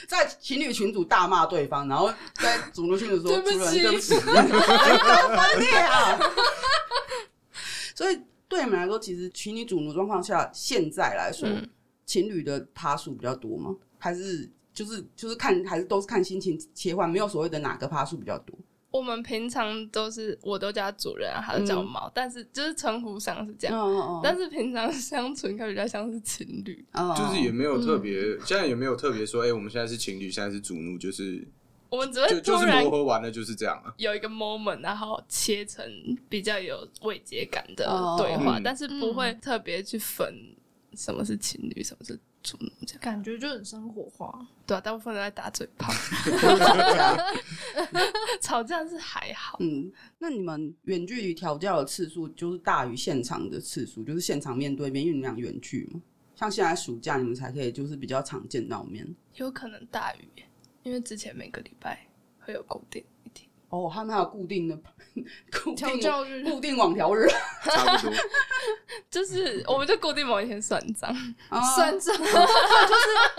[SPEAKER 1] 在情侣群组大骂对方，然后在主奴群组说
[SPEAKER 2] 对不起
[SPEAKER 1] 主人对不起，分裂啊！ 所以对你们来说，其实情侣主奴状况下，现在来说，
[SPEAKER 3] 嗯
[SPEAKER 1] 情侣的趴数比较多吗？还是就是就是看还是都是看心情切换，没有所谓的哪个趴数比较多？
[SPEAKER 3] 我们平常都是我都叫他主人啊，他都叫我猫，但是就是称呼上是这样，
[SPEAKER 1] 嗯
[SPEAKER 3] 但是平常相处应该比较像是情侣。
[SPEAKER 1] 嗯
[SPEAKER 4] 就是也没有特别，
[SPEAKER 3] 嗯
[SPEAKER 4] 现在也没有特别说，哎，我们现在是情侣，现在是主奴，就是
[SPEAKER 3] 我们只会
[SPEAKER 4] 就
[SPEAKER 3] 突
[SPEAKER 4] 就是
[SPEAKER 3] 然
[SPEAKER 4] 磨合完了就是这样啊。
[SPEAKER 3] 有一个 moment，然后切成比较有慰藉感的
[SPEAKER 1] 哦
[SPEAKER 3] 对话，
[SPEAKER 4] 嗯
[SPEAKER 3] 但是不会特别去分什么是情侣，什么是主奴这样。
[SPEAKER 2] 感觉就很生活化。
[SPEAKER 3] 对啊，大部分都在打嘴 炮， 吵架是还好。
[SPEAKER 1] 嗯，那你们远距离调教的次数就是大于现场的次数，就是现场面对面，因为你们俩远距嘛。像现在暑假，你们才可以就是比较常见到面。
[SPEAKER 3] 有可能大雨，因为之前每个礼拜会有固定一天。
[SPEAKER 1] 哦，他们还有固定的 固
[SPEAKER 2] 调
[SPEAKER 1] 定
[SPEAKER 2] 教日
[SPEAKER 1] 固定网调日，
[SPEAKER 4] 差不多。
[SPEAKER 3] 就是我们就固定某一天算账，
[SPEAKER 1] 啊
[SPEAKER 2] 算账，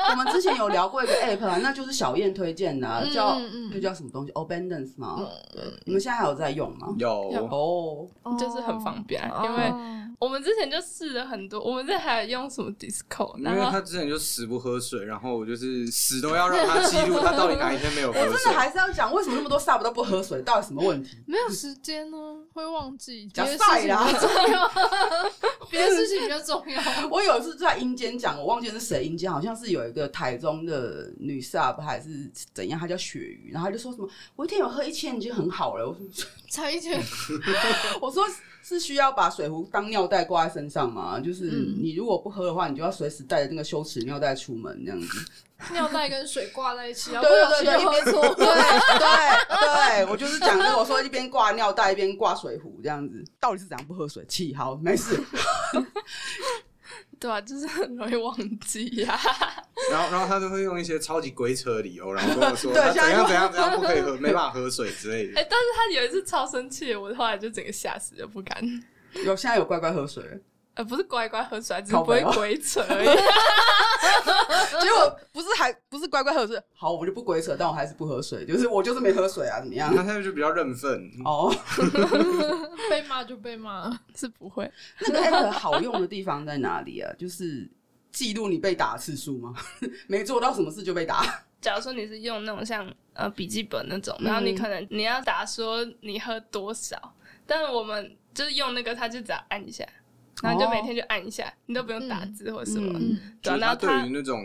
[SPEAKER 1] 我们之前有聊过一个 app 啊，那就是小燕推荐的啊、
[SPEAKER 2] 嗯
[SPEAKER 1] 叫
[SPEAKER 2] 嗯嗯
[SPEAKER 1] 那叫什么东西？Abundance 嘛。
[SPEAKER 3] 嗯
[SPEAKER 1] 对，你们现在还有在用吗？
[SPEAKER 4] 有
[SPEAKER 3] 有
[SPEAKER 1] 哦，
[SPEAKER 3] 就是很方便
[SPEAKER 2] 哦
[SPEAKER 3] 啊、因为我们之前就试了很多，我们这还有用什么
[SPEAKER 1] 哦
[SPEAKER 3] Discord，
[SPEAKER 4] 因
[SPEAKER 3] 然
[SPEAKER 4] 为
[SPEAKER 3] 后
[SPEAKER 4] 他之前就死不喝水，然后我就是死都要让他记录他到底哪一天 没有喝
[SPEAKER 1] 哦真
[SPEAKER 4] 水
[SPEAKER 1] 的。还是要讲为什么那么多 sub 都不喝水，到底什么问题？
[SPEAKER 2] 没有时间呢，会忘记别
[SPEAKER 1] 讲
[SPEAKER 2] 的事
[SPEAKER 1] 晒
[SPEAKER 2] 情
[SPEAKER 1] 啦
[SPEAKER 2] 比较重要，别的事情比较重 要。
[SPEAKER 1] 我有一次在阴间讲，我忘记是谁阴间，好像是有一个台中的女 sub 还是怎样，她叫鳕鱼，然后她就说什么我一天有喝一千已经很好了。 我说
[SPEAKER 2] 才一天，
[SPEAKER 1] 我说是需要把水壶当尿袋挂在身上吗？就是
[SPEAKER 2] 嗯
[SPEAKER 1] 你如果不喝的话，你就要随时带着那个羞耻尿袋出门这样子。
[SPEAKER 2] 尿袋跟水挂在一起，然后
[SPEAKER 1] 对
[SPEAKER 2] 不
[SPEAKER 1] 对
[SPEAKER 2] 小心就喝错。
[SPEAKER 1] 对对对，我就是讲这个，我说一边挂尿袋一边挂水壶这样子，到底是怎样不喝水？气好没事，
[SPEAKER 3] 对啊，就是很容易忘记啊 呀、
[SPEAKER 4] 然后然后他都会用一些超级鬼扯的理由，然后跟我 说
[SPEAKER 1] 对
[SPEAKER 4] 他怎
[SPEAKER 1] 现在就
[SPEAKER 4] 样怎样怎样不可以喝，没办法喝水之类
[SPEAKER 3] 哎、
[SPEAKER 4] 的。
[SPEAKER 3] 但是他有一次超生气，我后来就整个吓死了，不敢。
[SPEAKER 1] 有现在有乖乖喝水了。
[SPEAKER 3] 呃，不是乖乖喝水，只是
[SPEAKER 1] 靠
[SPEAKER 3] 不
[SPEAKER 1] 北
[SPEAKER 3] 会
[SPEAKER 1] 哦
[SPEAKER 3] 鬼扯而 已。
[SPEAKER 1] 结果不是还不是乖乖喝水，好，我就不鬼扯，但我还是不喝水，就是我就是没喝水啊，怎么样
[SPEAKER 4] 他？现在就比较认份，
[SPEAKER 1] 哦，
[SPEAKER 2] 被骂就被骂，
[SPEAKER 3] 是不会，
[SPEAKER 1] 那个 app 好用的地方在哪里啊？就是记录你被打的次数吗？ 没做到什么事就被打，
[SPEAKER 3] 假如说你是嗯用那种像呃笔记本那种，然后你可能你要打说你喝多少，但我们就是用那个，他就只要按一下，然后就
[SPEAKER 1] 哦
[SPEAKER 3] 每天就按一下，你都不用打字或什么。
[SPEAKER 1] 嗯
[SPEAKER 4] 就
[SPEAKER 3] 对啊，
[SPEAKER 4] 是
[SPEAKER 3] 然
[SPEAKER 4] 他
[SPEAKER 3] 后
[SPEAKER 4] 对
[SPEAKER 3] 他
[SPEAKER 4] 于那种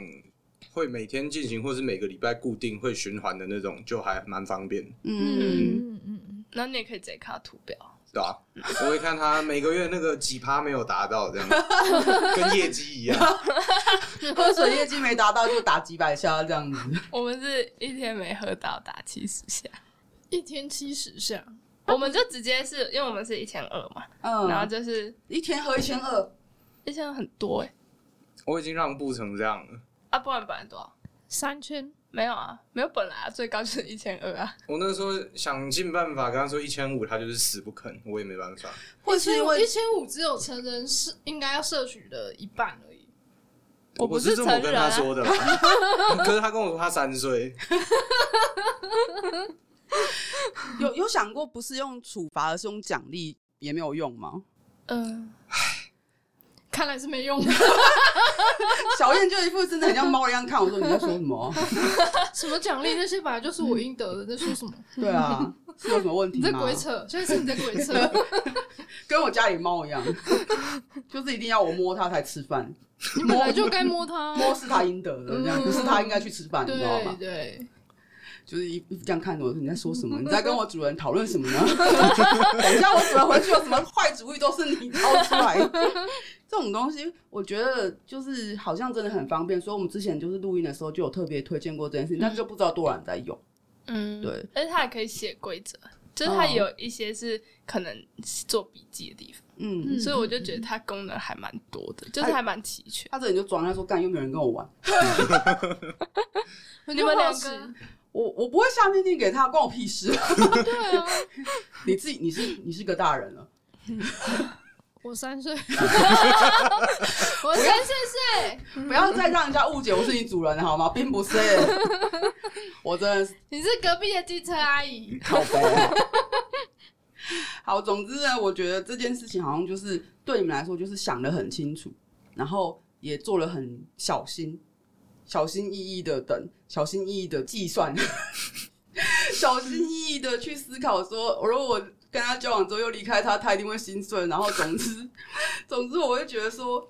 [SPEAKER 4] 会每天进行，或是每个礼拜固定会循环的那种，就还蛮方便的，
[SPEAKER 1] 嗯，
[SPEAKER 2] 嗯嗯嗯，
[SPEAKER 3] 然后你也可以直接看到图表。
[SPEAKER 4] 对吧、我会看他每个月那个几趴没有达到， 这样跟业绩一样。
[SPEAKER 1] 喝水业绩没达到就打几百下这样子。
[SPEAKER 3] 我们是一天没喝到打七十下，
[SPEAKER 2] 一天七十下，
[SPEAKER 3] 我们就直接是因为我们是一千二嘛，
[SPEAKER 1] 嗯，
[SPEAKER 3] 然后就是
[SPEAKER 1] 一天喝一千二，
[SPEAKER 3] 一千二很多哎、
[SPEAKER 4] 我已经让步成这样了，
[SPEAKER 3] 啊，不然本来多少？
[SPEAKER 2] 三千，
[SPEAKER 3] 没有啊，没有本来啊，最高就是一千二啊。
[SPEAKER 4] 我那时候想尽办法跟他说一千五，他就是死不肯，我也没办法。
[SPEAKER 1] 或是因为
[SPEAKER 2] 一千五只有成人是应该要摄取的一半而已。
[SPEAKER 3] 我不
[SPEAKER 4] 不
[SPEAKER 3] 是
[SPEAKER 4] 是这么
[SPEAKER 3] 成
[SPEAKER 4] 跟
[SPEAKER 3] 人啊
[SPEAKER 4] 他说的啦，可是他跟我说他三岁，
[SPEAKER 1] 有有想过不是用处罚，而是用奖励也没有用吗？
[SPEAKER 3] 嗯，
[SPEAKER 2] 看来是没用的，
[SPEAKER 1] 小燕就一副真的很像猫一样看我说你在说什么？
[SPEAKER 2] 什么奖励那些本来就是我应得的，在说什么？
[SPEAKER 1] 对啊，是有什么问题
[SPEAKER 2] 你在
[SPEAKER 1] 吗？
[SPEAKER 2] 鬼扯，现在是你在鬼扯。
[SPEAKER 1] 跟我家里猫一样， 就是一定要我摸它才吃饭，
[SPEAKER 2] 你本来就该摸它。
[SPEAKER 1] 摸是它应得的，这样
[SPEAKER 2] 嗯
[SPEAKER 1] 不是它应该去吃饭，你知道
[SPEAKER 2] 对
[SPEAKER 1] 吗？
[SPEAKER 2] 对，
[SPEAKER 1] 就是一一直这样看着我说你在说什 么？你在跟我主人讨论什么呢？ 等一下我主人回去有什么坏主意都是你掏出来。 这种东西，我觉得就是好像真的很方便，所以我们之前就是录音的时候就有特别推荐过这
[SPEAKER 2] 嗯
[SPEAKER 1] 件事情，但是就不知道多少人在用。
[SPEAKER 3] 嗯，
[SPEAKER 1] 对，
[SPEAKER 3] 而且它还可以写规则，就是它有一些是可能做笔记的地方，
[SPEAKER 1] 嗯，
[SPEAKER 2] 嗯
[SPEAKER 3] 所以我就觉得它功能还蛮多的，就是还蛮齐全。
[SPEAKER 1] 他这里就装，他说干又没有人跟我玩，
[SPEAKER 2] 你
[SPEAKER 3] 你们两
[SPEAKER 2] 个
[SPEAKER 3] 个，
[SPEAKER 1] 我我不会下命令给他，关我屁事。
[SPEAKER 2] 对 啊，
[SPEAKER 1] 你自己你是你是个大人了，
[SPEAKER 2] 我三岁，我三岁岁，
[SPEAKER 1] 不要再让人家误解我是你主人了好吗？并不是，我真的是
[SPEAKER 2] 你是隔壁的机车阿姨。
[SPEAKER 4] 靠背。
[SPEAKER 1] 好。总之呢，我觉得这件事情好像就是对你们来说就是想得很清楚，然后也做了很小心、小心翼翼的等，小心翼翼的计算， 小心翼翼的去思考说，如果我跟他交往之后又离开他，他一定会心碎。然后总之， 总之我会觉得说。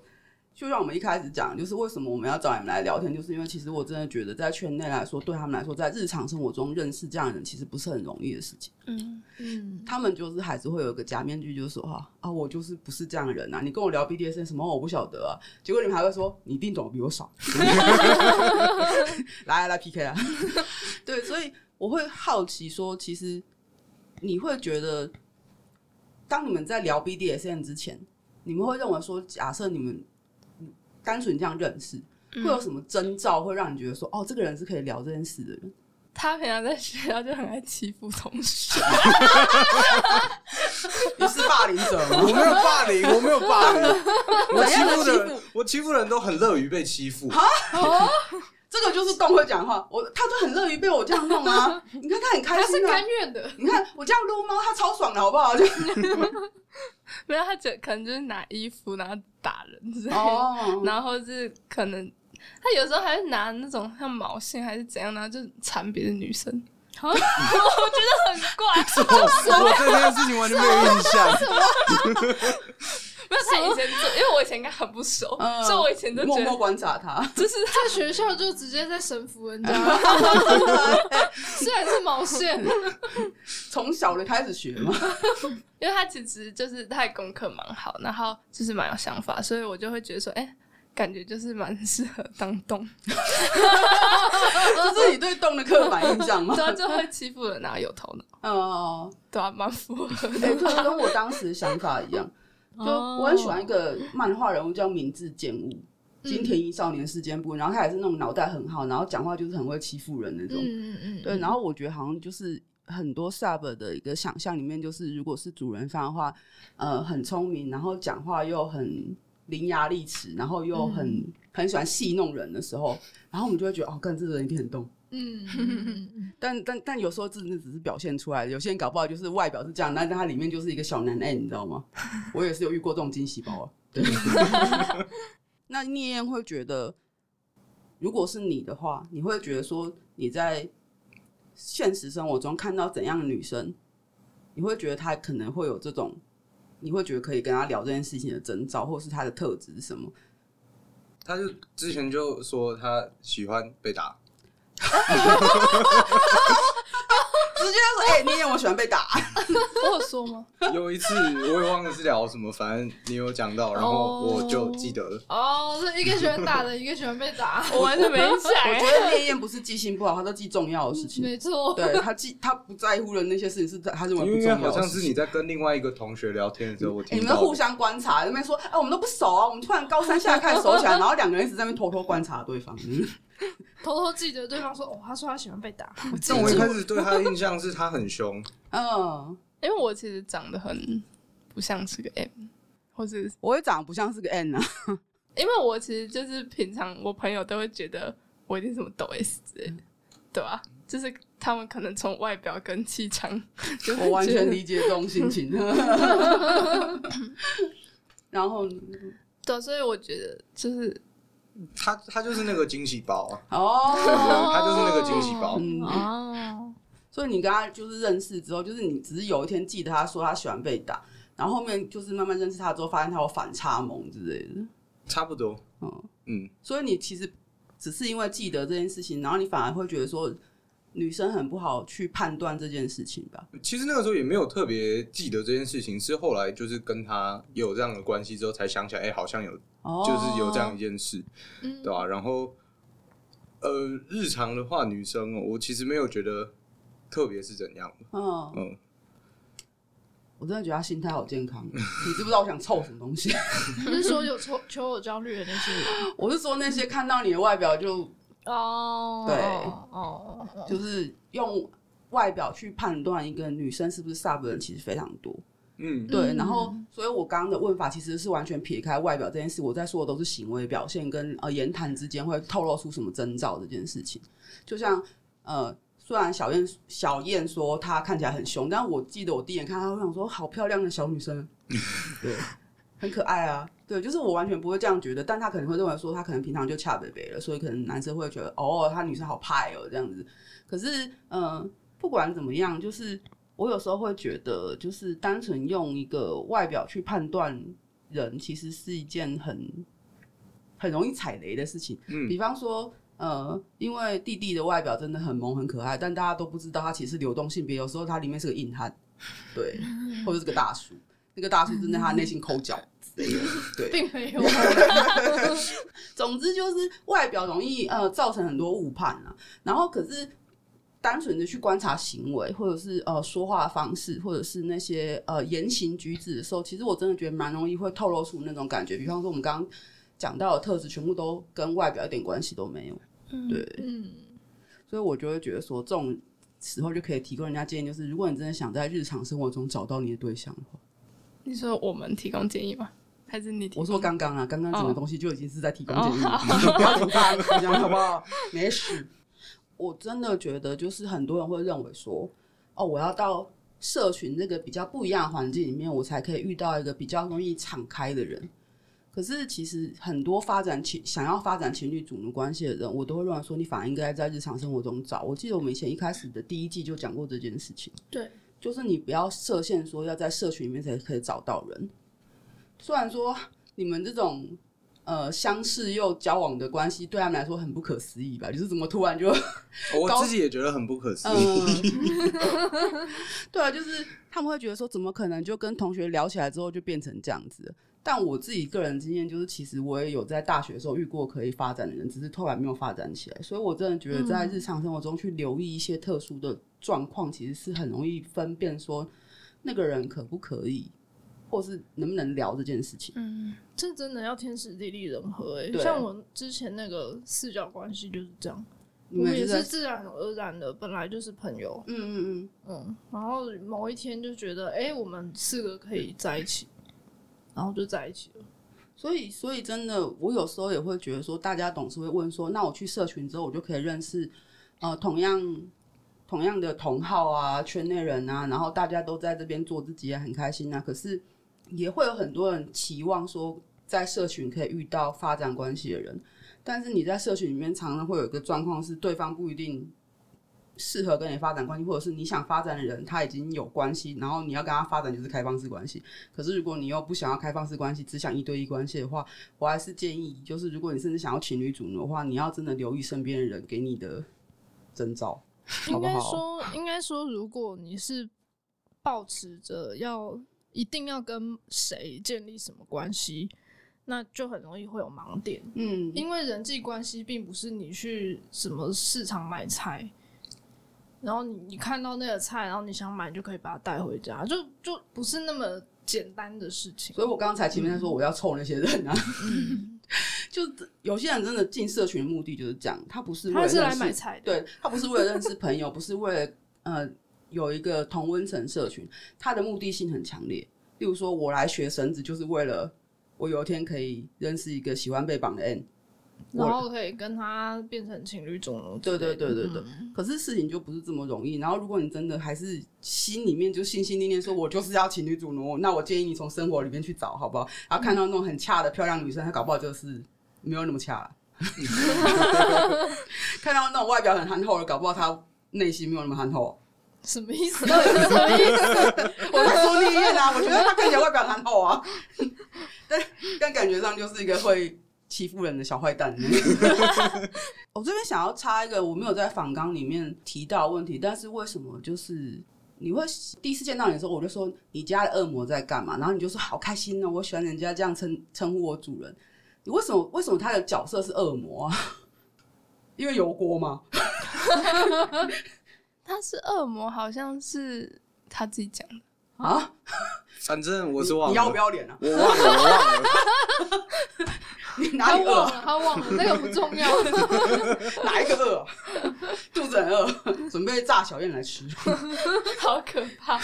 [SPEAKER 1] 就像我们一开始讲，就是为什么我们要找你们来聊天，就是因为其实我真的觉得，在圈内来说，对他们来说，在日常生活中认识这样的人，其实不是很容易的事情。
[SPEAKER 3] 嗯，
[SPEAKER 2] 嗯，
[SPEAKER 1] 他们就是还是会有一个假面具，就是说啊啊，我就是不是这样的人啊！你跟我聊 BDSM 什么，我不晓得啊。结果你们还会说你一定懂得比我少， 来啊来 PK 啊！ 对，所以我会好奇说，其实你会觉得，当你们在聊 BDSM 之前，你们会认为说，假设你们单纯这样认识，会有什么征兆会让你觉得说，哦，这个人是可以聊这件事的人？
[SPEAKER 3] 他平常在学校就很爱欺负同学，
[SPEAKER 1] 你是霸凌者
[SPEAKER 4] 我
[SPEAKER 1] 吗？
[SPEAKER 4] 没有霸凌，我没有霸凌，我
[SPEAKER 1] 怎
[SPEAKER 4] 欺
[SPEAKER 1] 样的
[SPEAKER 4] 负
[SPEAKER 1] 欺
[SPEAKER 4] 的人，我欺负的人都很乐于被欺负。
[SPEAKER 2] 哦，
[SPEAKER 1] 这个就是动会讲话，我他就很乐于被我这样弄 啊。你看他很开
[SPEAKER 2] 他
[SPEAKER 1] 心
[SPEAKER 2] 是
[SPEAKER 1] 啊
[SPEAKER 2] 甘，愿的。哦
[SPEAKER 1] 你看我这样撸猫，他超爽的好 不好？就
[SPEAKER 3] 没有他只可能就是拿衣服然后打人之类的，
[SPEAKER 1] 哦
[SPEAKER 3] 然后是可能他有时候还会拿那种像毛线还是怎样，然后就缠别的女生，
[SPEAKER 2] 啊
[SPEAKER 3] 我觉得很 怪。
[SPEAKER 4] 我我对这件事情完全没有印象。
[SPEAKER 3] 没有他以前做，因为我以前跟他很不熟，
[SPEAKER 1] 嗯
[SPEAKER 3] 所以我以前就
[SPEAKER 1] 默
[SPEAKER 3] 觉
[SPEAKER 1] 默
[SPEAKER 3] 得
[SPEAKER 1] 观察 他，
[SPEAKER 3] 就是他
[SPEAKER 2] 在学校就直接在神服人家， 虽然是毛线，
[SPEAKER 1] 从小的开始学嘛。
[SPEAKER 3] 因为他其实就是他的功课蛮好，然后就是蛮有想法，所以我就会觉得说，哎、感觉就是蛮适合当 动，
[SPEAKER 1] 这是你对动的刻板印象吗
[SPEAKER 3] 对？啊，就会欺负人，然啊后有头脑，
[SPEAKER 1] 哦，
[SPEAKER 3] 对啊，蛮符 合
[SPEAKER 1] 哎，这个跟我当时的想法一样。
[SPEAKER 2] 哦
[SPEAKER 1] 就我很喜欢一个漫画人物叫明智健吾，
[SPEAKER 2] 嗯
[SPEAKER 1] 金田一少年事件部，然后他也是那种脑袋很好，然后讲话就是很会欺负人那种。
[SPEAKER 2] 嗯嗯嗯，
[SPEAKER 1] 对，然后我觉得好像就是很多 sub 的一个想象里面，就是如果是主人方的话，呃，很聪明，然后讲话又很伶牙俐齿，然后又很、
[SPEAKER 2] 嗯
[SPEAKER 1] 很喜欢戏弄人的时候，然后我们就会觉得哦，干这个人一定很动。
[SPEAKER 2] 嗯嗯嗯
[SPEAKER 1] 但但但有时候真的只是表现出来的，有些人搞不好就是外表是这样，但是他里面就是一个小男 A，你知道吗？我也是有遇过这种惊喜包啊。对， 那聂燕会觉得，如果是你的话，你会觉得说你在现实生活中看到怎样的女生，你会觉得他可能会有这种，你会觉得可以跟他聊这件事情的征兆，或是他的特质是什么？
[SPEAKER 4] 他就之前就说他喜欢被打，
[SPEAKER 1] 直接说，哎、你也我喜欢被打，
[SPEAKER 3] 我有说吗？
[SPEAKER 4] 有一次我也忘了是聊什么，反正你有讲到，然后我就记得了。
[SPEAKER 2] 哦，是一个喜欢打的，一个喜欢被打，
[SPEAKER 3] 我完全没印象
[SPEAKER 1] 我觉
[SPEAKER 3] 欸。
[SPEAKER 1] 得烈焰不是记性不好，他都记重要的事情。
[SPEAKER 2] 没 错。
[SPEAKER 1] 哎对他记他不在乎的那些事情是他他认为
[SPEAKER 4] 因
[SPEAKER 1] 不重
[SPEAKER 4] 为
[SPEAKER 1] 要
[SPEAKER 4] 好
[SPEAKER 1] 的
[SPEAKER 4] 像
[SPEAKER 1] 事
[SPEAKER 4] 是你
[SPEAKER 1] 情。
[SPEAKER 4] 在跟另外一个同学聊天的时候，我
[SPEAKER 1] 哎
[SPEAKER 4] 听
[SPEAKER 1] 你
[SPEAKER 4] 到
[SPEAKER 1] 们
[SPEAKER 4] 的
[SPEAKER 1] 互相观察，那边说，哎、我们都不熟啊，我们突然高三下开始熟起 来，然后两个人一直在那边偷偷观察对方。嗯
[SPEAKER 2] 偷偷记得对方说，哦，他说他喜欢被打，
[SPEAKER 4] 但我一开始对他的印象是他很凶，
[SPEAKER 1] 嗯，
[SPEAKER 3] 因为我其实长得很不像是个 M，或者
[SPEAKER 1] 我也长得不像是个 N 啊，
[SPEAKER 3] 因为我其实就是平常我朋友都会觉得我一定什么抖 S 之类的，对吧、就是他们可能从外表跟气场，就
[SPEAKER 1] 我完
[SPEAKER 3] 会觉
[SPEAKER 1] 全
[SPEAKER 3] 得
[SPEAKER 1] 理解这种心 情。然后
[SPEAKER 3] 对，啊所以我觉得就是
[SPEAKER 4] 他他就是那个惊喜包啊，
[SPEAKER 1] 哦，
[SPEAKER 4] 他就是那个惊喜包。
[SPEAKER 1] 嗯，
[SPEAKER 2] 哦，
[SPEAKER 1] 所以你跟他就是认识之后，就是你只是有一天记得他说他喜欢被打，然后后面就是慢慢认识他之后，发现他有反差萌之类的。
[SPEAKER 4] 差不多，
[SPEAKER 1] 嗯
[SPEAKER 4] 嗯，
[SPEAKER 1] 所以你其实只是因为记得这件事情，然后你反而会觉得说女生很不好去判断这件事情吧？
[SPEAKER 4] 其实那个时候也没有特别记得这件事情，是后来就是跟他有这样的关系之后才想起来，哎、好像有
[SPEAKER 1] 哦，
[SPEAKER 4] 就是有这样一件事，
[SPEAKER 2] 嗯
[SPEAKER 4] 对吧、啊然后呃，日常的话，女生哦、我其实没有觉得特别是怎样的，
[SPEAKER 1] 嗯，
[SPEAKER 4] 嗯，
[SPEAKER 1] 我真的觉得他心态好健康。哦你知不知道我想凑什么东西？
[SPEAKER 2] 你是说有求求偶焦虑的那些人？
[SPEAKER 1] 我是说那些看到你的外表就
[SPEAKER 2] 哦，
[SPEAKER 1] 对
[SPEAKER 2] 哦哦，哦
[SPEAKER 1] 就是用外表去判断一个女生是不是 sub 的人，其实非常多。
[SPEAKER 4] 嗯，
[SPEAKER 1] 对，
[SPEAKER 2] 嗯
[SPEAKER 1] 然后所以我刚刚的问法其实是完全撇开外表这件事，我在说的都是行为表现跟呃言谈之间会透露出什么征兆这件事情。就像呃，虽然小燕小燕说她看起来很凶，但我记得我第一眼看她，我想说好漂亮的小女生，对，很可爱啊。对，就是我完全不会这样觉得，但她可能会认为说她可能平常就恰北北了，所以可能男生会觉得哦，她女生好派哦这样子。可是嗯、呃不管怎么样，就是我有时候会觉得，就是单纯用一个外表去判断人，其实是一件很很容易踩雷的事情。
[SPEAKER 4] 嗯
[SPEAKER 1] 比方说，呃，因为弟弟的外表真的很萌很可爱，但大家都不知道他其实是流动性别，有时候他里面是个硬汉， 对，或者是个大叔。那个大叔正在他内心抠脚 之类的，对，
[SPEAKER 2] 并没有，
[SPEAKER 1] 总之就是外表容易呃造成很多误判啊，然后可是单纯的去观察行为，或者是呃说话方式，或者是那些呃言行举止的时候，其实我真的觉得蛮容易会透露出那种感觉。比方说我们刚刚讲到的特质，全部都跟外表一点关系都没有，对，
[SPEAKER 2] 嗯，
[SPEAKER 1] 所以我就会觉得说这种时候就可以提供人家建议，就是如果你真的想在日常生活中找到你的对象的话，
[SPEAKER 3] 你说我们提供建议吗？还是你提供？
[SPEAKER 1] 我说刚刚啊，刚刚整个
[SPEAKER 3] 哦
[SPEAKER 1] 东西就已经是在提供建议 了，不要紧张，这样好不好？没事。我真的觉得，就是很多人会认为说，哦，我要到社群这个比较不一样的环境里面，我才可以遇到一个比较容易敞开的人。可是其实很多发展情想要发展情侣主奴关系的人，我都会认为说，你反而应该在日常生活中找。我记得我们以前一开始的第一季就讲过这件事情。
[SPEAKER 2] 对，
[SPEAKER 1] 就是你不要设限，说要在社群里面才可以找到人。虽然说你们这种呃相识又交往的关系，对他们来说很不可思议吧？就是怎么突然就
[SPEAKER 4] 我自己也觉得很不可思议，
[SPEAKER 1] 嗯， 对啊，就是他们会觉得说，怎么可能就跟同学聊起来之后就变成这样子？但我自己个人经验就是，其实我也有在大学的时候遇过可以发展的人，只是突然没有发展起来。所以我真的觉得，
[SPEAKER 2] 嗯
[SPEAKER 1] 在日常生活中去留意一些特殊的状况，其实是很容易分辨说那个人可不可以，或是能不能聊这件事情。
[SPEAKER 3] 嗯，
[SPEAKER 2] 这真的要天时地利人和诶。
[SPEAKER 1] 对
[SPEAKER 2] 像我之前那个四角关系就是这样，
[SPEAKER 1] 你
[SPEAKER 2] 我
[SPEAKER 1] 们
[SPEAKER 2] 们也
[SPEAKER 1] 在
[SPEAKER 2] 是自然而然的，本来就是朋友，
[SPEAKER 1] 嗯嗯嗯，
[SPEAKER 2] 嗯，然后某一天就觉得，哎、我们四个可以在一起，然后就在一起了。
[SPEAKER 1] 所以，所以真的，我有时候也会觉得说，大家总是会问说，那我去社群之后，我就可以认识呃同样同样的同好啊、圈内人啊，然后大家都在这边做自己，也很开心啊。可是也会有很多人期望说，在社群可以遇到发展关系的人，但是你在社群里面常常会有一个状况是，对方不一定适合跟你发展关系，或者是你想发展的人他已经有关系，然后你要跟他发展就是开放式关系。可是如果你又不想要开放式关系，只想一对一关系的话，我还是建议，就是如果你甚至想要情侣主奴的话，你要真的留意身边的人给你的征兆，好
[SPEAKER 2] 应
[SPEAKER 1] 不
[SPEAKER 2] 该
[SPEAKER 1] 好？
[SPEAKER 2] 说，应该说，如果你是抱持着要一定要跟谁建立什么关系，那就很容易会有盲点，
[SPEAKER 1] 嗯，
[SPEAKER 2] 因为人际关系并不是你去什么市场买菜，然后你你看到那个菜，然后你想买，你就可以把它带回家，就就不是那么简单的事情。
[SPEAKER 1] 所以我刚才前面在说我要凑那些人啊，就有些人真的进社群的目的就是这样，他不是为了
[SPEAKER 2] 他是来
[SPEAKER 1] 认识
[SPEAKER 2] 买菜的，
[SPEAKER 1] 对他不是为了认识朋友，不是为了呃有一个同温层社群，他的目的性很强烈。例如说，我来学绳子就是为了我有一天可以认识一个喜欢被绑的 N。
[SPEAKER 2] 然后可以跟他变成情侣种奴之
[SPEAKER 1] 对
[SPEAKER 2] 类的。
[SPEAKER 1] 对对对对
[SPEAKER 2] 嗯，
[SPEAKER 1] 可是事情就不是这么容易。然后，如果你真的还是心里面就心心念念说，我就是要情侣主奴，那我建议你从生活里面去找，好不好？然后看到那种很恰的漂亮女生，她搞不好就是没有那么恰了。看到那种外表很憨厚的，搞不好她内心没有那么憨厚。
[SPEAKER 2] 什么意思？到底是什么意思？
[SPEAKER 1] 我在说烈焰啊，我觉得他看起来外表很好啊，但但感觉上就是一个会欺负人的小坏蛋。我这边想要插一个，我没有在访纲里面提到的问题，但是为什么就是？你会第一次见到你的时候，我就说你家的恶魔在干嘛？然后你就说好开心哦，我喜欢人家这样称称呼我主人。你为什么为什么他的角色是恶魔啊？ 因为油锅吗？
[SPEAKER 3] 他是恶魔，好像是他自己讲的。
[SPEAKER 1] 啊，
[SPEAKER 4] 反正我是忘
[SPEAKER 1] 你要不
[SPEAKER 4] 了，
[SPEAKER 1] 要脸啊？
[SPEAKER 4] 我忘了，我忘了。
[SPEAKER 1] 你哪
[SPEAKER 2] 他
[SPEAKER 1] 里恶
[SPEAKER 2] 忘
[SPEAKER 1] 啊？
[SPEAKER 2] 了，他忘了，那个不重要。
[SPEAKER 1] 哪一个 饿啊？肚子很饿， 准备炸小燕来吃。
[SPEAKER 3] 好可怕！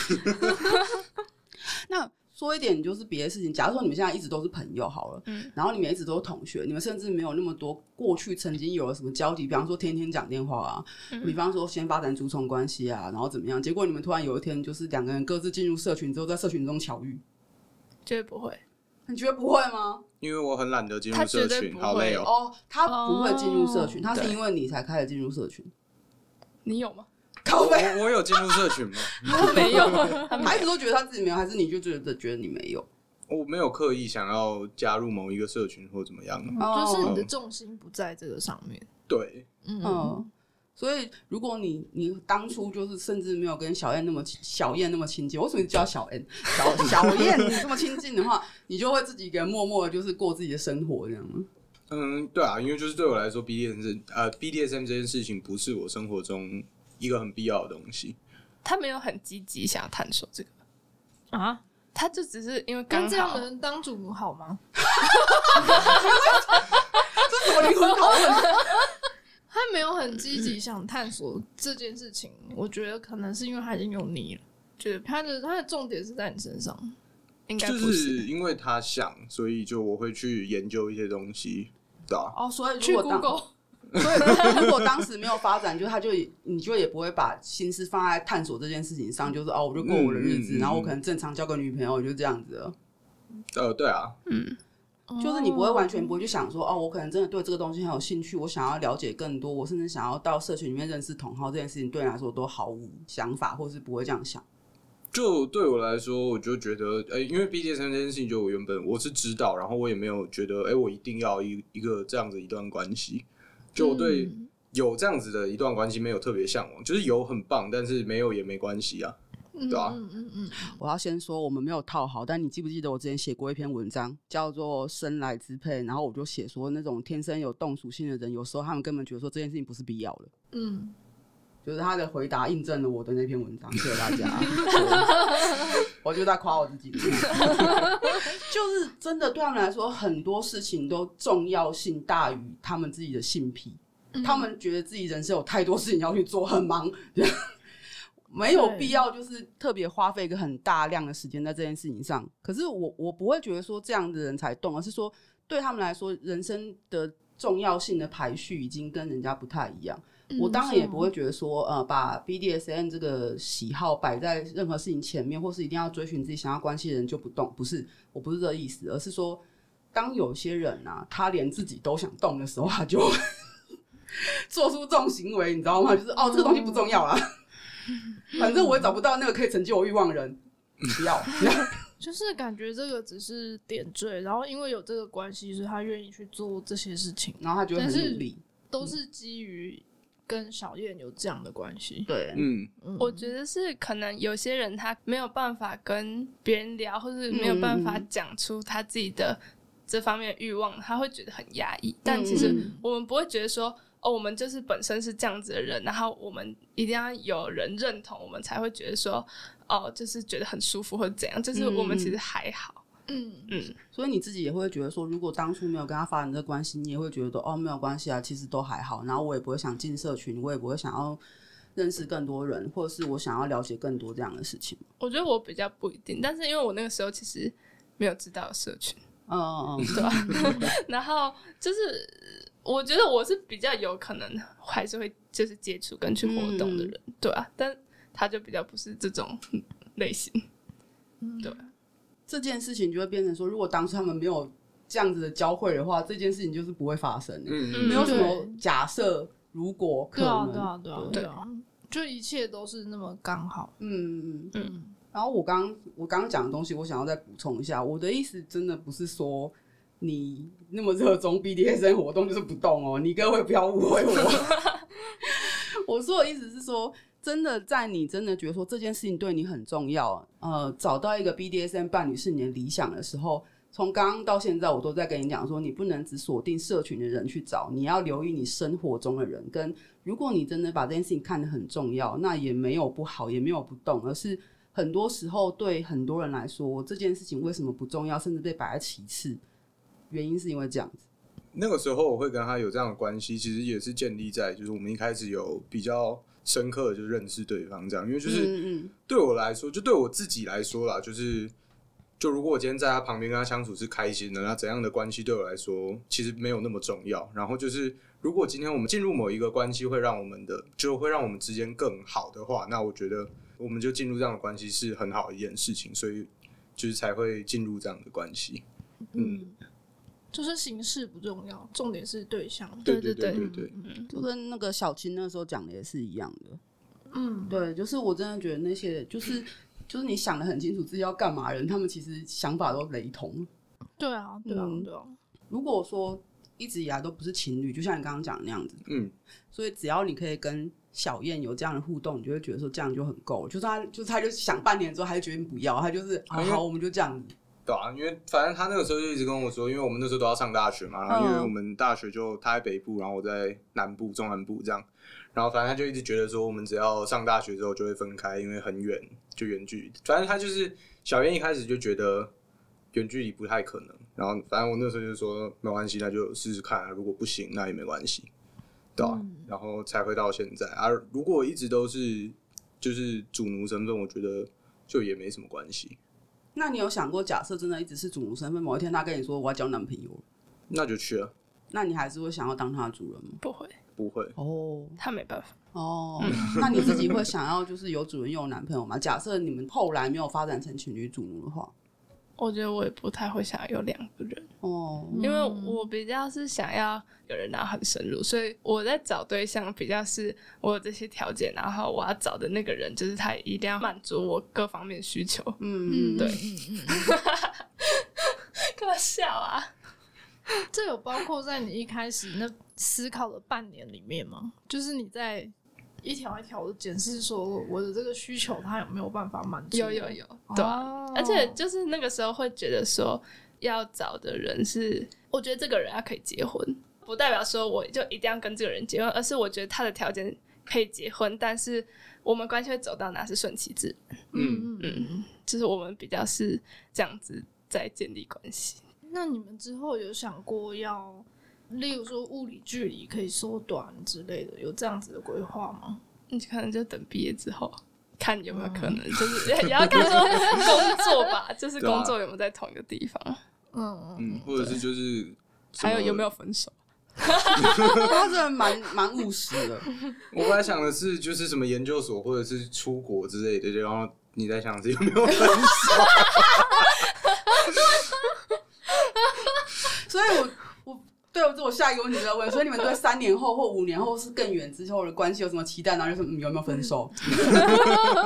[SPEAKER 1] 那说一点就是别的事情，假如说你们现在一直都是朋友好了，
[SPEAKER 3] 嗯
[SPEAKER 1] 然后你们一直都是同学，你们甚至没有那么多过去曾经有了什么交集，比方说天天讲电话啊，
[SPEAKER 3] 嗯
[SPEAKER 1] 比方说先发展主从关系啊，然后怎么样？结果你们突然有一天就是两个人各自进入社群之后，在社群中巧遇，
[SPEAKER 3] 绝对不会，
[SPEAKER 1] 你觉得不会吗？
[SPEAKER 4] 因为我很懒得进入
[SPEAKER 3] 他
[SPEAKER 4] 社
[SPEAKER 3] 绝对
[SPEAKER 4] 群，
[SPEAKER 3] 不
[SPEAKER 4] 好
[SPEAKER 3] 会
[SPEAKER 4] 累哦。
[SPEAKER 1] 哦，他不会进入社群，
[SPEAKER 2] 哦
[SPEAKER 1] 他是
[SPEAKER 3] 对
[SPEAKER 1] 因为你才开始进入社群，
[SPEAKER 3] 你有吗？
[SPEAKER 1] 靠背。
[SPEAKER 4] 我我有进入社群吗？
[SPEAKER 3] 他没 有，
[SPEAKER 1] 他一直都觉得他自己没有，还是你就觉得觉得你没有？
[SPEAKER 4] 我没有刻意想要加入某一个社群或怎么样。
[SPEAKER 3] 嗯
[SPEAKER 2] 就是你的重心不在这个上面。
[SPEAKER 4] 对，
[SPEAKER 2] 嗯，
[SPEAKER 1] 嗯，所以如果你你当初就是甚至没有跟小燕那么亲小燕那么亲近，我为什么叫小 燕小小燕你这么亲近的话，你就会自己一个人默默的就是过自己的生活这样吗？
[SPEAKER 4] 嗯，对啊，因为就是对我来说，BDSM 呃 BDSM 这件事情不是我生活中一个很必要的东西。
[SPEAKER 3] 他没有很积极想要探索这个，
[SPEAKER 2] 啊，
[SPEAKER 3] 他就只是因为刚
[SPEAKER 2] 跟这样
[SPEAKER 3] 好
[SPEAKER 2] 的人当主奴好吗？
[SPEAKER 1] 这什么灵魂拷问？
[SPEAKER 2] 他没有很积
[SPEAKER 1] 嗯
[SPEAKER 2] 极想探索这件事情，我觉得可能是因为他已经有你了。
[SPEAKER 3] 觉得
[SPEAKER 2] 他的他的重点是在你身上，
[SPEAKER 3] 应该
[SPEAKER 4] 就
[SPEAKER 3] 不
[SPEAKER 4] 是因为他想，所以就我会去研究一些东西，对啊。
[SPEAKER 1] 哦，所以
[SPEAKER 2] 去
[SPEAKER 1] 如果当
[SPEAKER 2] Google
[SPEAKER 1] 所以如果当时没有发展，就他就你就也不会把心思放在探索这件事情上，就是哦，我就过我的日子，
[SPEAKER 4] 嗯嗯嗯
[SPEAKER 1] 然后我可能正常交个女朋友，我就这样子了。
[SPEAKER 4] 呃，对啊，
[SPEAKER 1] 就是你不会完全不会去想说，哦，我可能真的对这个东西很有兴趣，我想要了解更多，我甚至想要到社群里面认识同好这件事情，对你来说都毫无想法，或是不会这样想。
[SPEAKER 4] 就对我来说，我就觉得，呃、因为 BDSM 这件事情，就我原本我是知道，然后我也没有觉得，哎、我一定要一一个这样子一段关系。就我对
[SPEAKER 2] 嗯
[SPEAKER 4] 有这样子的一段关系没有特别向往，就是有很棒，但是没有也没关系啊。
[SPEAKER 2] 嗯
[SPEAKER 4] 对啊
[SPEAKER 2] 嗯嗯嗯，
[SPEAKER 1] 我要先说，我们没有套好，但你记不记得我之前写过一篇文章，叫做《生来支配》，然后我就写说，那种天生有动属性的人，有时候他们根本觉得说这件事情不是必要的。
[SPEAKER 2] 嗯，
[SPEAKER 1] 就是他的回答印证了我的那篇文章，谢谢大家。我就在夸我自己，就是真的对他们来说，很多事情都重要性大于他们自己的性癖，
[SPEAKER 2] 嗯
[SPEAKER 1] 他们觉得自己人生有太多事情要去做，很忙。没有必要，就是特别花费一个很大量的时间在这件事情上。可是我我不会觉得说这样的人才动，而是说对他们来说，人生的重要性的排序已经跟人家不太一样。
[SPEAKER 2] 嗯
[SPEAKER 1] 我当然也
[SPEAKER 2] 啊
[SPEAKER 1] 不会觉得说，呃，把 BDSM 这个喜好摆在任何事情前面，或是一定要追寻自己想要关系的人就不动，不是，我不是这个意思，而 是说，当有些人啊，他连自己都想动的时候，他就做出这种行为，你知道吗？就是哦，这个东西不重要啦，
[SPEAKER 2] 嗯
[SPEAKER 1] 反正我也找不到那个可以成就我欲望的人，不要。 不要
[SPEAKER 2] 就是感觉这个只是点缀，然后因为有这个关系，所以他愿意去做这些事情，
[SPEAKER 1] 然后他就会
[SPEAKER 2] 但
[SPEAKER 1] 很
[SPEAKER 2] 是
[SPEAKER 1] 努力，
[SPEAKER 2] 都是基于跟小燕有这样的关系。
[SPEAKER 1] 对，
[SPEAKER 4] 嗯，
[SPEAKER 2] 嗯
[SPEAKER 3] 我觉得是可能有些人他没有办法跟别人聊，或者没有办法讲出他自己的这方面的欲望，他会觉得很压抑。但其实
[SPEAKER 2] 嗯
[SPEAKER 3] 我们不会觉得说，哦，我们就是本身是这样子的人，然后我们一定要有人认同，我们才会觉得说，哦，就是觉得很舒服或者怎样。就是我们其实还好，
[SPEAKER 2] 嗯，
[SPEAKER 3] 嗯，
[SPEAKER 1] 所以你自己也会觉得说，如果当初没有跟他发展这个关系，你也会觉得哦，没有关系啊，其实都还好。然后我也不会想进社群，我也不会想要认识更多人，或者是我想要了解更多这样的事情。
[SPEAKER 3] 我觉得我比较不一定，但是因为我那个时候其实没有知道有社群。
[SPEAKER 1] 嗯嗯嗯，
[SPEAKER 3] 对吧？然后就是，我觉得我是比较有可能还是会就是接触跟去活动的人，对啊，但他就比较不是这种类型，对
[SPEAKER 1] 这件事情就会变成说，如果当初他们没有这样子的交汇的话，这件事情就是不会发生的。
[SPEAKER 4] 嗯
[SPEAKER 3] 嗯
[SPEAKER 1] 没有什
[SPEAKER 2] 对
[SPEAKER 1] 么假设，如果可
[SPEAKER 2] 对啊，对
[SPEAKER 1] 能，
[SPEAKER 2] 啊，对啊，对啊，就一切都是那么刚好。
[SPEAKER 1] 嗯嗯嗯。
[SPEAKER 2] 嗯，
[SPEAKER 1] 然后我刚我刚刚讲的东西，我想要再补充一下。我的意思真的不是说你那么热衷 BDSN 活动就是不动哦，你各位不要误会我。我说的意思是说，真的在你真的觉得说这件事情对你很重要，呃，找到一个 BDSN 伴侣是你的理想的时候。从刚刚到现在，我都在跟你讲说，你不能只锁定社群的人去找，你要留意你生活中的人。跟如果你真的把这件事情看得很重要，那也没有不好，也没有不动，而是很多时候对很多人来说，这件事情为什么不重要，甚至被摆在其次，原因是因为这样子。
[SPEAKER 4] 那个时候我会跟他有这样的关系，其实也是建立在就是我们一开始有比较深刻的就认识对方这样，因为就是
[SPEAKER 1] 嗯嗯
[SPEAKER 4] 对我来说，就对我自己来说啦，就是就如果我今天在他旁边跟他相处是开心的，那怎样的关系对我来说其实没有那么重要。然后就是如果今天我们进入某一个关系会让我们的就会让我们之间更好的话，那我觉得我们就进入这样的关系是很好的一件事情，所以就是才会进入这样的关系。嗯，
[SPEAKER 2] 就是形式不重要，重点是对象。
[SPEAKER 4] 对
[SPEAKER 3] 对对
[SPEAKER 4] 对对对。
[SPEAKER 1] 嗯，就跟那个小青那时候讲的也是一样的。
[SPEAKER 2] 嗯，
[SPEAKER 1] 对，就是我真的觉得那些就是。就是你想的很清楚自己要干嘛的人，他们其实想法都雷同。
[SPEAKER 2] 对啊，对啊，
[SPEAKER 1] 嗯
[SPEAKER 2] 对啊。
[SPEAKER 1] 如果说一直以来都不是情侣，就像你刚刚讲的那样子，
[SPEAKER 4] 嗯，
[SPEAKER 1] 所以只要你可以跟小燕有这样的互动，你就会觉得说这样就很够了。就是他，就是他就想半年之后，他就决定不要，他就是、啊、
[SPEAKER 4] 因为
[SPEAKER 1] 好，我们就这样子。
[SPEAKER 4] 对啊，因为反正他那个时候就一直跟我说，因为我们那时候都要上大学嘛，然后因为我们大学就他在北部，然后我在南部、中南部这样，然后反正他就一直觉得说，我们只要上大学之后就会分开，因为很远，就远距离。反正他就是小燕一开始就觉得远距离不太可能，然后反正我那时候就说没关系，那就试试看、啊，如果不行那也没关系，对
[SPEAKER 2] 嗯
[SPEAKER 4] 啊，
[SPEAKER 1] 嗯
[SPEAKER 4] 然后才会到现在啊。如果一直都是就是主奴身份，我觉得就也没什么关系，
[SPEAKER 1] 那你有想过，假设真的一直是主奴身份，某一天他跟你说我要交男朋友了，
[SPEAKER 4] 那就去啊。
[SPEAKER 1] 那你还是会想要当他的主人吗？
[SPEAKER 3] 不会，
[SPEAKER 4] 不会，
[SPEAKER 1] 哦
[SPEAKER 3] 他没办法。
[SPEAKER 1] 哦，那你自己会想要就是有主人又有男朋友吗？假设你们后来没有发展成情侣主奴的话，
[SPEAKER 3] 我觉得我也不太会想要有两个人，
[SPEAKER 1] 哦，
[SPEAKER 3] 因为我比较是想要有人然后很深入，所以我在找对象比较是我有这些条件，然后我要找的那个人就是他一定要满足我各方面的需求。
[SPEAKER 1] 嗯，
[SPEAKER 3] 对
[SPEAKER 2] 嗯嗯
[SPEAKER 3] 干嘛笑啊？
[SPEAKER 2] 嗯这有包括在你一开始那思考的半年里面吗？就是你在一条一条的检视，说我的这个需求，它有没有办法满足？哦
[SPEAKER 3] 有有，有，对
[SPEAKER 2] 对
[SPEAKER 3] 啊、而且
[SPEAKER 4] 哦
[SPEAKER 3] 就是那个时候会觉得说，要找的人是，我觉得这个人他可以结婚，不代表说我就一定要跟这个人结婚，而是我觉得他的条件可以结婚，但是我们关系会走到哪是顺其自然，
[SPEAKER 2] 嗯嗯嗯。
[SPEAKER 3] 就是我们比较是这样子在建立关系。
[SPEAKER 2] 那你们之后有想过要，例如说物理距离可以缩短之类的，有这样子的规划吗？
[SPEAKER 3] 你可能就等毕业之后。看有没有可能，就是 也也要看说工作吧，就是
[SPEAKER 4] 哦对啊
[SPEAKER 3] 工作有没有在同一个地方，
[SPEAKER 2] 嗯嗯。
[SPEAKER 4] 嗯，或者是就是什么
[SPEAKER 3] 还有有没有？分手。
[SPEAKER 1] 他真的蛮蛮务实的，
[SPEAKER 4] 我本来想的是就是什么研究所或者是出国之类的，然后你在想是有没有分手？
[SPEAKER 1] 所以我我 对，这我下一个问题就要问，所以你们对三年后或五年后是更远之后的关系有什么期待呢？就是嗯有没有分手？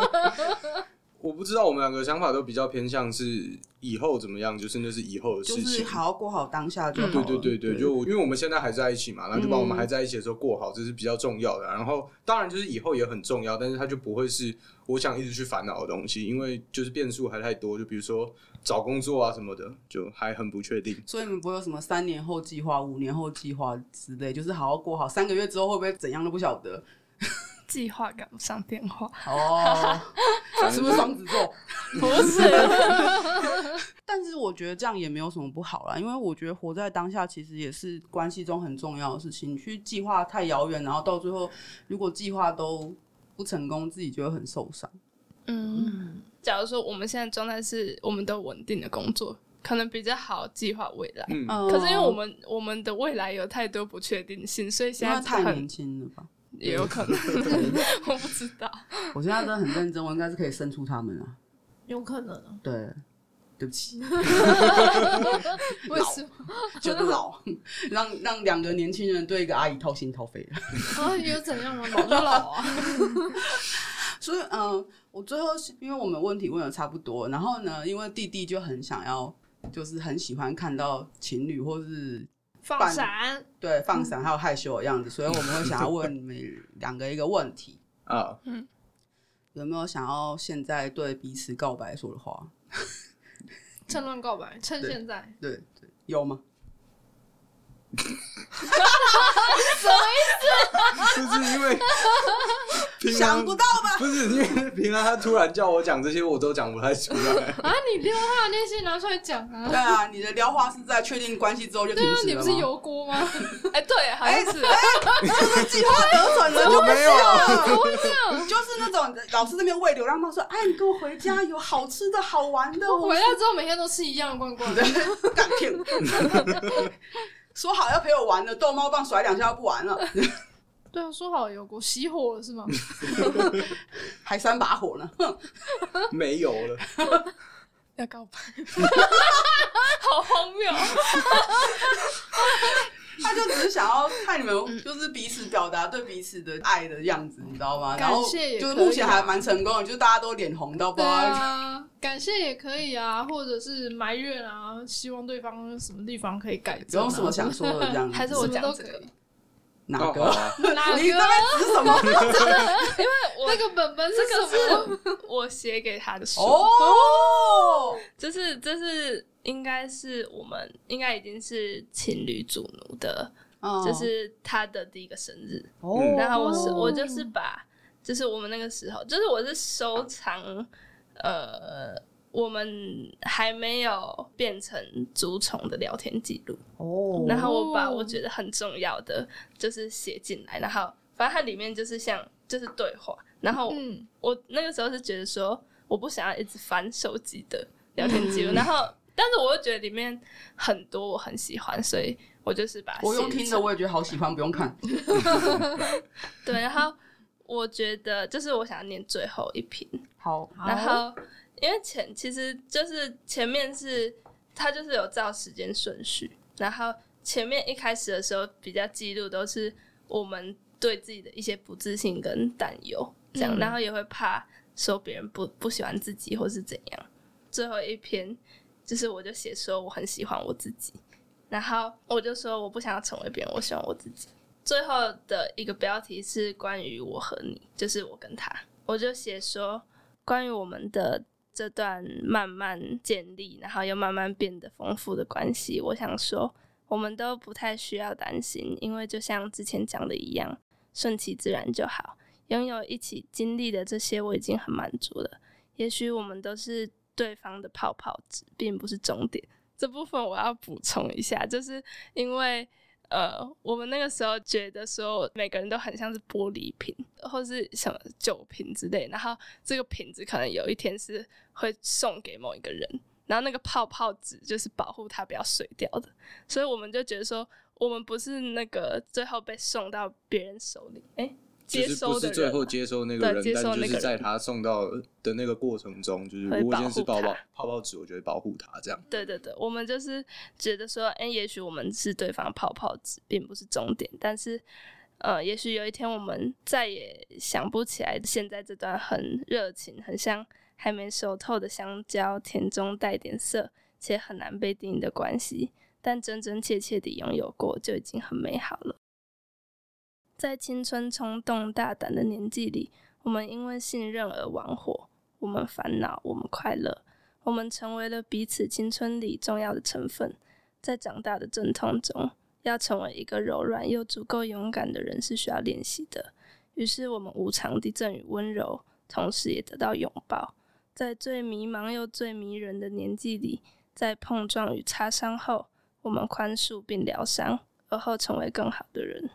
[SPEAKER 4] 我不知道我们两个想法都比较偏向是以后怎么样，就是那是以后的
[SPEAKER 1] 就
[SPEAKER 4] 事
[SPEAKER 1] 是
[SPEAKER 4] 情。
[SPEAKER 1] 好好过好当下就好了。
[SPEAKER 4] 对对对对，就因为我们现在还在一起嘛，然后就把
[SPEAKER 1] 嗯
[SPEAKER 4] 我们还在一起的时候过好，这是比较重要的。啊然后当然就是以后也很重要，但是它就不会是我想一直去烦恼的东西，因为就是变数还太多。就比如说找工作啊什么的，就还很不确定。
[SPEAKER 1] 所以你们不会有什么三年后计划、五年后计划之类，就是好好过好，三个月之后会不会怎样都不晓 得。
[SPEAKER 3] 计划赶不上变化，
[SPEAKER 1] 哦，是不是双子座？
[SPEAKER 3] 不是
[SPEAKER 1] 但是我觉得这样也没有什么不好啦，因为我觉得活在当下其实也是关系中很重要的事情。你去计划太遥远，然后到最后如果计划都不成功，自己就会很受伤。
[SPEAKER 3] 嗯。假如说我们现在状态是我们都稳定的工作，可能比较好计划未来。
[SPEAKER 4] 嗯，
[SPEAKER 3] 可是因为我们我们的未来有太多不确定性，所以现
[SPEAKER 1] 因
[SPEAKER 3] 在
[SPEAKER 1] 为太
[SPEAKER 3] 很
[SPEAKER 1] 年轻了吧？
[SPEAKER 3] 也有 可能，我不知道。
[SPEAKER 1] 我现在真的很认真，我应该是可以生出他们啊。
[SPEAKER 2] 有可能啊，
[SPEAKER 1] 对，对不起，
[SPEAKER 2] 为什么
[SPEAKER 1] 觉得老， 让让两个年轻人对一个阿姨掏心掏肺了。
[SPEAKER 2] 啊？有怎样吗？老就 老啊，
[SPEAKER 1] 所以，嗯、我最后是因为我们问题问的差不多，然后呢，因为弟弟就很想要，就是很喜欢看到情侣或是
[SPEAKER 2] 放闪。
[SPEAKER 1] 对放闪还有害羞的样子，所以我们会想要问你们两个一个问题：
[SPEAKER 4] 啊，
[SPEAKER 1] 有没有想要现在对彼此告白说的话？
[SPEAKER 2] 趁乱告白，趁
[SPEAKER 1] 对
[SPEAKER 2] 现在，
[SPEAKER 1] 对对，有吗？
[SPEAKER 4] 就是因 为平常
[SPEAKER 1] 想不到吧？
[SPEAKER 4] 不是因为平常他突然叫我讲这些，我都讲不太出来。
[SPEAKER 2] 啊，你撩他的那些拿出来讲啊
[SPEAKER 1] 对。啊，你的撩话是在确定关系之后就停
[SPEAKER 2] 对啊，
[SPEAKER 1] 止
[SPEAKER 2] 你
[SPEAKER 1] 了
[SPEAKER 2] 不
[SPEAKER 1] 吗？
[SPEAKER 2] 是油锅吗？
[SPEAKER 3] 哎、对，好像是。
[SPEAKER 1] 计划得逞了，就没有
[SPEAKER 2] 怎
[SPEAKER 1] 了。
[SPEAKER 2] 么会这样？
[SPEAKER 1] 就是那种呃老师那边喂流浪猫说：“哎，你跟我回家，有好吃的好玩的，
[SPEAKER 2] 我
[SPEAKER 1] 我
[SPEAKER 2] 回家之后每天都吃一样的罐罐，
[SPEAKER 1] 敢骗我！ 说好要陪我玩的，逗猫棒甩两下就不玩了，
[SPEAKER 2] 对啊，说好了油锅熄火了是吗？
[SPEAKER 1] 还三把火 呢。哼
[SPEAKER 4] 没有了，
[SPEAKER 3] 要告白， 好荒 谬！
[SPEAKER 1] 他就只是想要看你们就是彼此表达对彼此的爱的样子，你知道吗？然
[SPEAKER 2] 感
[SPEAKER 1] 后
[SPEAKER 2] 谢也
[SPEAKER 1] 就是
[SPEAKER 2] 可以
[SPEAKER 1] 目前
[SPEAKER 2] 啊
[SPEAKER 1] 还蛮成功的，就是大家都脸红到不
[SPEAKER 2] 对
[SPEAKER 1] 知道。
[SPEAKER 2] 啊，感谢也可以啊，或者是埋怨啊，希望对方什么地方可以改
[SPEAKER 1] 有
[SPEAKER 2] 正、啊。
[SPEAKER 1] 用什么想说的这
[SPEAKER 2] 啊
[SPEAKER 1] 样子，
[SPEAKER 3] 还是我
[SPEAKER 2] 什么都
[SPEAKER 3] 讲这
[SPEAKER 2] 可
[SPEAKER 3] 个
[SPEAKER 2] 以？
[SPEAKER 1] 哪
[SPEAKER 4] 哦
[SPEAKER 1] 个？
[SPEAKER 4] 好啊
[SPEAKER 2] 哪
[SPEAKER 1] 你在
[SPEAKER 2] 个？
[SPEAKER 1] 那边指什么？
[SPEAKER 3] 我
[SPEAKER 2] 那个本本是
[SPEAKER 3] 这
[SPEAKER 2] 什么？
[SPEAKER 3] 个是我写给他的书，
[SPEAKER 1] 哦，
[SPEAKER 3] 就是这是应该是我们应该已经是情侣主奴的，
[SPEAKER 2] 哦
[SPEAKER 3] 这是他的第一个生日。
[SPEAKER 1] 哦
[SPEAKER 4] 嗯
[SPEAKER 3] 然后我是我就是把，就是我们那个时候，就是我是收藏，呃，我们还没有变成竹虫的聊天记录，
[SPEAKER 1] 哦
[SPEAKER 3] 然后我把
[SPEAKER 2] 哦
[SPEAKER 3] 我觉得很重要的就是写进来，然后反正它里面就是像就是对话，然后
[SPEAKER 2] 嗯，
[SPEAKER 3] 我那个时候是觉得说，我不想要一直翻手机的聊天记录，
[SPEAKER 1] 嗯
[SPEAKER 3] 然后但是我又觉得里面很多我很喜欢，所以我就是把它
[SPEAKER 1] 我用
[SPEAKER 3] 写
[SPEAKER 1] 听
[SPEAKER 3] 成
[SPEAKER 1] 的我也觉得好喜欢，不用看。
[SPEAKER 3] 对，然后我觉得就是我想要念最后一篇，
[SPEAKER 1] 好，
[SPEAKER 3] 然后因为前其实就是前面是它就是有照时间顺序，然后前面一开始的时候比较记录都是我们对自己的一些不自信跟担忧，这样，
[SPEAKER 2] 嗯
[SPEAKER 3] 然后也会怕说别人不不喜欢自己或是怎样。最后一篇就是我就写说我很喜欢我自己，然后我就说我不想要成为别人，我喜欢我自己。最后的一个标题是关于我和你，就是我跟他，我就写说关于我们的这段慢慢建立，然后又慢慢变得丰富的关系，我想说，我们都不太需要担心，因为就像之前讲的一样，顺其自然就好。拥有一起经历的这些，我已经很满足了。也许我们都是对方的泡泡纸，并不是终点。这部分我要补充一下，就是因为呃，我们那个时候觉得说每个人都很像是玻璃瓶或是什么酒瓶之类，然后这个瓶子可能有一天是会送给某一个人，然后那个泡泡纸就是保护它不要碎掉的，所以我们就觉得说我们不是那个最后被送到别人手里，哎、
[SPEAKER 4] 就
[SPEAKER 3] 接
[SPEAKER 4] 是
[SPEAKER 3] 收
[SPEAKER 4] 不
[SPEAKER 3] 的
[SPEAKER 4] 是
[SPEAKER 3] 人啊
[SPEAKER 4] 最后接收那个
[SPEAKER 3] 对
[SPEAKER 4] 人，
[SPEAKER 3] 接收
[SPEAKER 4] 但就
[SPEAKER 3] 那个
[SPEAKER 4] 是在
[SPEAKER 3] 人
[SPEAKER 4] 他送到的那个过程中，就是
[SPEAKER 3] 会
[SPEAKER 4] 如果
[SPEAKER 3] 保
[SPEAKER 4] 先是
[SPEAKER 3] 护
[SPEAKER 4] 抱抱
[SPEAKER 3] 他
[SPEAKER 4] 泡泡纸，我就会保护他这样。
[SPEAKER 3] 对对对，我们就是觉得说，哎、也许我们是对方泡泡纸，并不是终点，但是。呃，也许有一天我们再也想不起来现在这段很热情，很像还没熟透的香蕉，甜中带点涩，且很难被定义的关系。但真真切切地拥有过，就已经很美好了。在青春冲动大胆的年纪里，我们因为信任而玩火，我们烦恼，我们快乐，我们成为了彼此青春里重要的成分。在长大的阵痛中，要成为一个柔软又足够勇敢的人是需要练习的。于是，我们无偿地赠予温柔，同时也得到拥抱。在最迷茫又最迷人的年纪里，在碰撞与擦伤后，我们宽恕并疗伤，而后成为更好的人。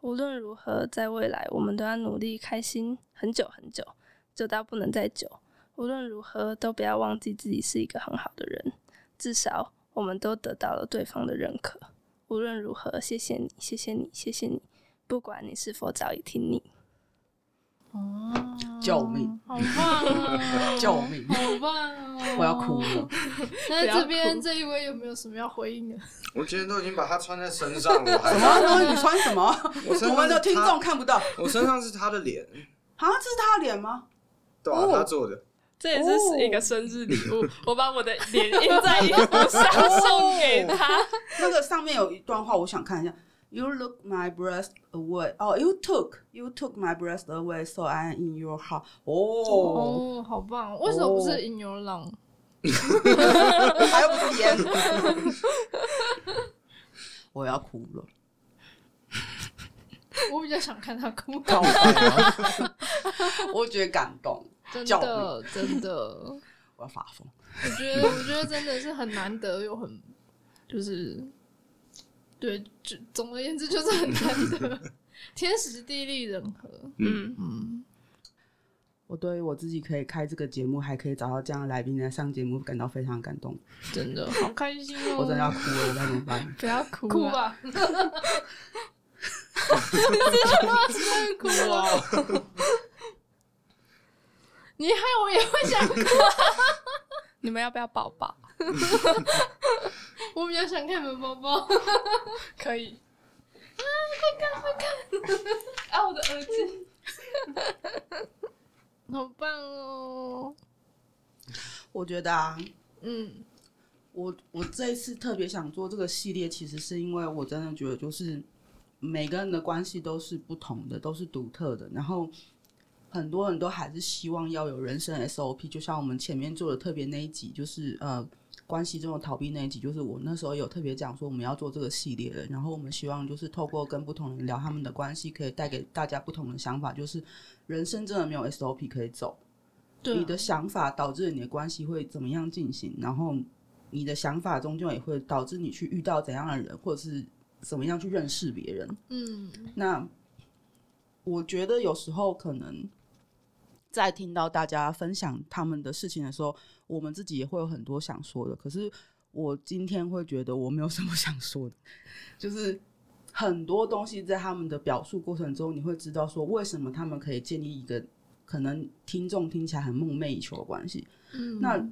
[SPEAKER 3] 无论如何，在未来我们都要努力开心很久很久，久到不能再久。无论如何，都不要忘记自己是一个很好的人。至少我们都得到了对方的认可。无论如何，谢谢你，谢谢你，谢谢你，不管你是否早已听你。
[SPEAKER 2] 哦，
[SPEAKER 1] 救命！
[SPEAKER 2] 好棒哦！
[SPEAKER 1] 救命
[SPEAKER 2] 好棒哦！
[SPEAKER 1] 我要哭了。
[SPEAKER 2] 那这
[SPEAKER 3] 不要
[SPEAKER 2] 边
[SPEAKER 3] 哭
[SPEAKER 2] 这一位有没有什么要回应的？
[SPEAKER 4] 我今天都已经把它穿在身上了，我还
[SPEAKER 1] 什么东西？你穿什么？
[SPEAKER 4] 我身 上
[SPEAKER 1] 我们的听
[SPEAKER 4] 是他
[SPEAKER 1] 众看不到
[SPEAKER 4] 我身上是他的脸，
[SPEAKER 1] 啊，这是他的脸吗？
[SPEAKER 4] 对啊
[SPEAKER 1] 哦，
[SPEAKER 4] 他做的。
[SPEAKER 3] 这也是一个生日礼物，我把我的脸印在衣服上送给他。
[SPEAKER 1] 那个上面有一段话，我想看一下。You look my breath away. 哦、y o u took you took my breath away, so I am in your heart. 哦、
[SPEAKER 2] 哦，好棒！为什么不是 In Your Lung？
[SPEAKER 1] 还有不是烟， 我要哭了。
[SPEAKER 2] 我比较想看他哭，
[SPEAKER 1] 告白了，
[SPEAKER 4] 啊
[SPEAKER 1] 我觉得感动，
[SPEAKER 2] 真
[SPEAKER 1] 叫
[SPEAKER 2] 的真的。
[SPEAKER 1] 我要发疯。
[SPEAKER 2] 我觉得，我觉得真的是很难得，又很就是，对，就总而言之就是很难得，天时地利人和。
[SPEAKER 3] 嗯，
[SPEAKER 2] 嗯，
[SPEAKER 1] 我对于我自己可以开这个节目，还可以找到这样的来宾来上节目，感到非常感动。
[SPEAKER 2] 真的好开心哦！
[SPEAKER 1] 我真的要哭了，我该怎么办？
[SPEAKER 3] 不要哭
[SPEAKER 2] 哭
[SPEAKER 3] 啊！
[SPEAKER 2] 吧，真的哭啊！ 你害我也会想哭，
[SPEAKER 3] 你们要不要抱抱？
[SPEAKER 2] 我比较想看你们包包。
[SPEAKER 3] 可以。啊，快看快看！啊，我的耳机。
[SPEAKER 2] 好棒哦！
[SPEAKER 1] 我觉得啊，
[SPEAKER 2] 嗯，
[SPEAKER 1] 我我这一次特别想做这个系列，其实是因为我真的觉得，就是每个人的关系都是不同的，都是独特的。然后很多人都还是希望要有人生 SOP，就像我们前面做的特别那一集，就是呃关系中的逃避那一集，就是我那时候有特别讲说我们要做这个系列的，然后我们希望就是透过跟不同人聊他们的关系，可以带给大家不同的想法，就是人生真的没有 SOP 可以走。
[SPEAKER 2] 对啊，
[SPEAKER 1] 你的想法导致你的关系会怎么样进行，然后你的想法终究也会导致你去遇到怎样的人，或者是怎么样去认识别人。
[SPEAKER 2] 嗯，
[SPEAKER 1] 那我觉得有时候可能在听到大家分享他们的事情的时候，我们自己也会有很多想说的。可是我今天会觉得我没有什么 想说的，就是很多东西在他们的表述过程中，你会知道说为什么他们可以建立一个可能听众听起来很梦寐以求的关系。
[SPEAKER 2] 嗯
[SPEAKER 1] 那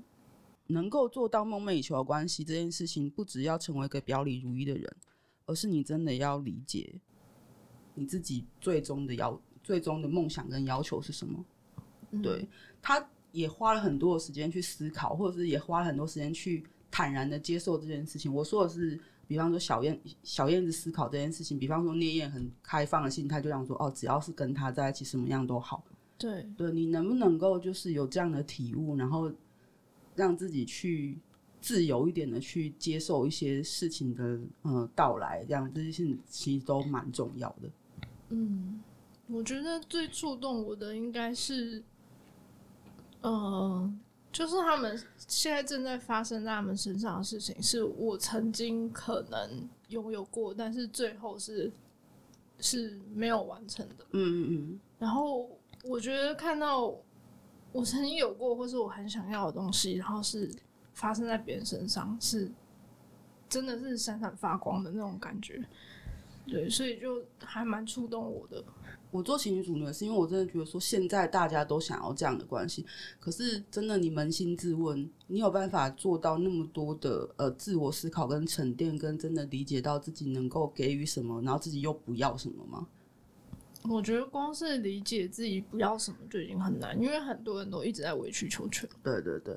[SPEAKER 1] 能够做到梦寐以求的关系这件事情，不只要成为一个表里如一的人，而是你真的要理解你自己最终的要、最终的梦想跟要求是什么。
[SPEAKER 2] 嗯
[SPEAKER 1] 对他也花了很多的时间去思考，或者是也花了很多时间去坦然的接受这件事情。我说的是，比方说小燕小燕子思考这件事情，比方说聂燕很开放的心态，就想说哦，只要是跟他在一起，什么样都好。
[SPEAKER 2] 对，
[SPEAKER 1] 对你能不能够就是有这样的体悟，然后让自己去自由一点的去接受一些事情的呃到来，这样这些事情其实都蛮重要的。
[SPEAKER 2] 嗯，我觉得最触动我的应该是，呃，就是他们现在正在发生在他们身上的事情，是我曾经可能拥有过，但是最后是是没有完成的。
[SPEAKER 1] 嗯嗯
[SPEAKER 2] 然后我觉得看到我曾经有过，或是我很想要的东西，然后是发生在别人身上，是真的是闪闪发光的那种感觉。对，所以就还蛮触动我的。
[SPEAKER 1] 我做情侣主呢，是因为我真的觉得说，现在大家都想要这样的关系，可是真的，你扪心自问，你有办法做到那么多的呃自我思考跟沉淀，跟真的理解到自己能够给予什么，然后自己又不要什么吗？
[SPEAKER 2] 我觉得光是理解自己不要什么就已经很难，因为很多人都一直在委曲求全。
[SPEAKER 1] 对对对，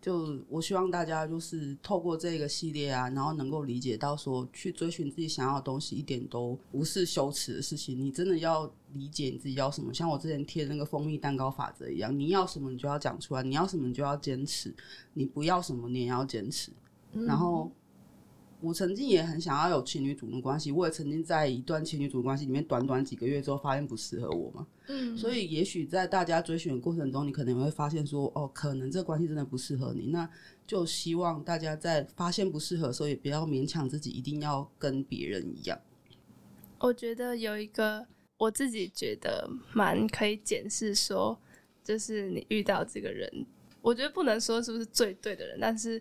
[SPEAKER 1] 就我希望大家就是透过这个系列啊，然后能够理解到说，去追寻自己想要的东西，一点都不是羞耻的事情。你真的要理解你自己要什么，像我之前贴的那个蜂蜜蛋糕法则一样，你要什么你就要讲出来，你要什么你就要坚持，你不要什么你也要坚持。
[SPEAKER 2] 嗯
[SPEAKER 1] 然后我曾经也很想要有情侣主动关系，我也曾经在一段情侣主动关系里面，短短几个月之后发现不适合我嘛。
[SPEAKER 2] 嗯，
[SPEAKER 1] 所以也许在大家追寻的过程中，你可能也会发现说，哦，可能这关系真的不适合你。那就希望大家在发现不适合的时候，也不要勉强自己一定要跟别人一样。
[SPEAKER 3] 我觉得有一个我自己觉得蛮可以检视说，就是你遇到这个人，我觉得不能说是不是最对的人，但是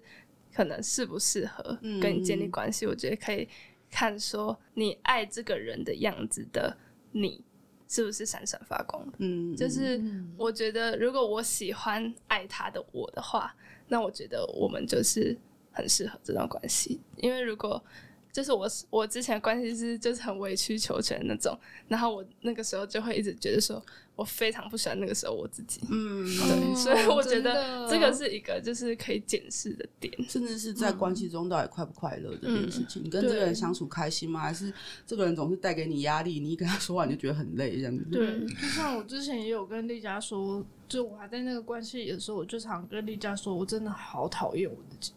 [SPEAKER 3] 可能适不适合
[SPEAKER 1] 嗯
[SPEAKER 3] 跟你建立关系，我觉得可以看说你爱这个人的样子的你是不是闪闪发光的。
[SPEAKER 1] 嗯，
[SPEAKER 3] 就是
[SPEAKER 2] 嗯
[SPEAKER 3] 我觉得，如果我喜欢爱他的我的话，那我觉得我们就是很适合这段关系。因为如果就是我是我之前的关系是就是很委曲求全那种，然后我那个时候就会一直觉得说我非常不喜欢那个时候我自己，
[SPEAKER 1] 嗯，
[SPEAKER 3] 对，所以我觉得
[SPEAKER 2] 哦真的
[SPEAKER 3] 这个是一个就是可以检视的点。
[SPEAKER 1] 甚至是在关系中到底快不快乐这件事情，你跟这个人相处开心吗？还是这个人总是带给你压力？你一跟他说话你就觉得很累这样子。
[SPEAKER 2] 对，
[SPEAKER 3] 嗯
[SPEAKER 2] 就像我之前也有跟丽佳说，就我还在那个关系里的时候，我就常跟丽佳说，我真的好讨厌我自己。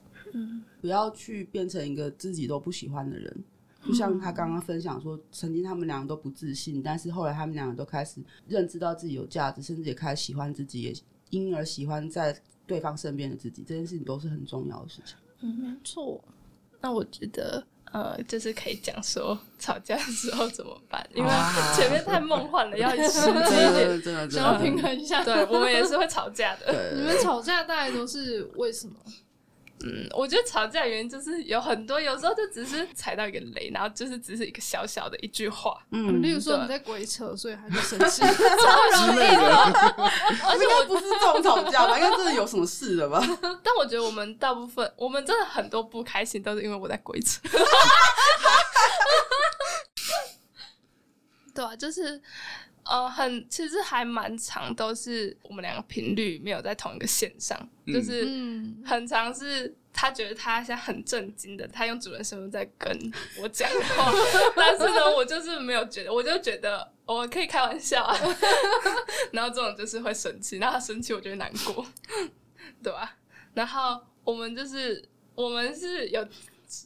[SPEAKER 1] 不要去变成一个自己都不喜欢的人。就像他刚刚分享说，曾经他们两个都不自信，但是后来他们两个都开始认知到自己有价值，甚至也开始喜欢自己，也因而喜欢在对方身边的自己。这件事情都是很重要的事情。
[SPEAKER 2] 没错，
[SPEAKER 3] 那我觉得。呃，就是可以讲说吵架的时候怎么办，因为
[SPEAKER 1] 好啊好啊
[SPEAKER 3] 前面太梦幻了，要 实
[SPEAKER 1] 真
[SPEAKER 3] 际一点。
[SPEAKER 1] 的，真的，真
[SPEAKER 2] 想要平
[SPEAKER 1] 的。
[SPEAKER 2] 衡一下。
[SPEAKER 3] 对我们也是会吵架的。
[SPEAKER 2] 你
[SPEAKER 1] 对，
[SPEAKER 2] 们吵架大概都是为什么？
[SPEAKER 3] 嗯，我觉得吵架原因就是有很多，有时候就只是踩到一个雷，然后就是只是一个小小的一句话，
[SPEAKER 1] 嗯，
[SPEAKER 2] 例如说
[SPEAKER 3] 对
[SPEAKER 2] 你在鬼扯，所以他就生 气。
[SPEAKER 3] 超容易的。
[SPEAKER 1] 而且哦我不是这种吵架吧？应该真的有什么事了吧？
[SPEAKER 3] 但我觉得我们大部分，我们真的很多不开心都是因为我在鬼扯。 对啊，就是呃，很其实还蛮长，都是我们两个频率没有在同一个线上，
[SPEAKER 4] 嗯
[SPEAKER 3] 就是
[SPEAKER 2] 嗯，
[SPEAKER 3] 很常是他觉得他现在很震惊的，他用主人身份在跟我讲话，但是呢，我就是没有觉得，我就觉得我可以开玩笑、啊， 然后这种就是会生气，然后他生气我就会难过， 对吧、然后我们就是我们是有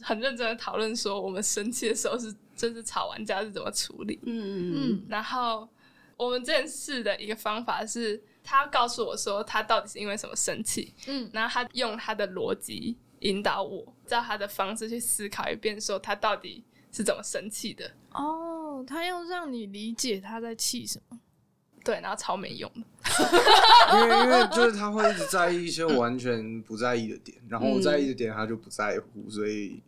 [SPEAKER 3] 很认真的讨论说，我们生气的时候是就是吵完架是怎么处理，
[SPEAKER 1] 嗯嗯
[SPEAKER 3] 然后我们这件事的一个方法是，他告诉我说他到底是因为什么生气，
[SPEAKER 2] 嗯，
[SPEAKER 3] 然后他用他的逻辑引导我，照他的方式去思考一遍，说他到底是怎么生气的。
[SPEAKER 2] 哦，他要让你理解他在气什么。
[SPEAKER 3] 对，然后超没用的。
[SPEAKER 4] 因为因为就是他会一直在意一些我完全不在意的点，然后我在意的点他就不在乎，所以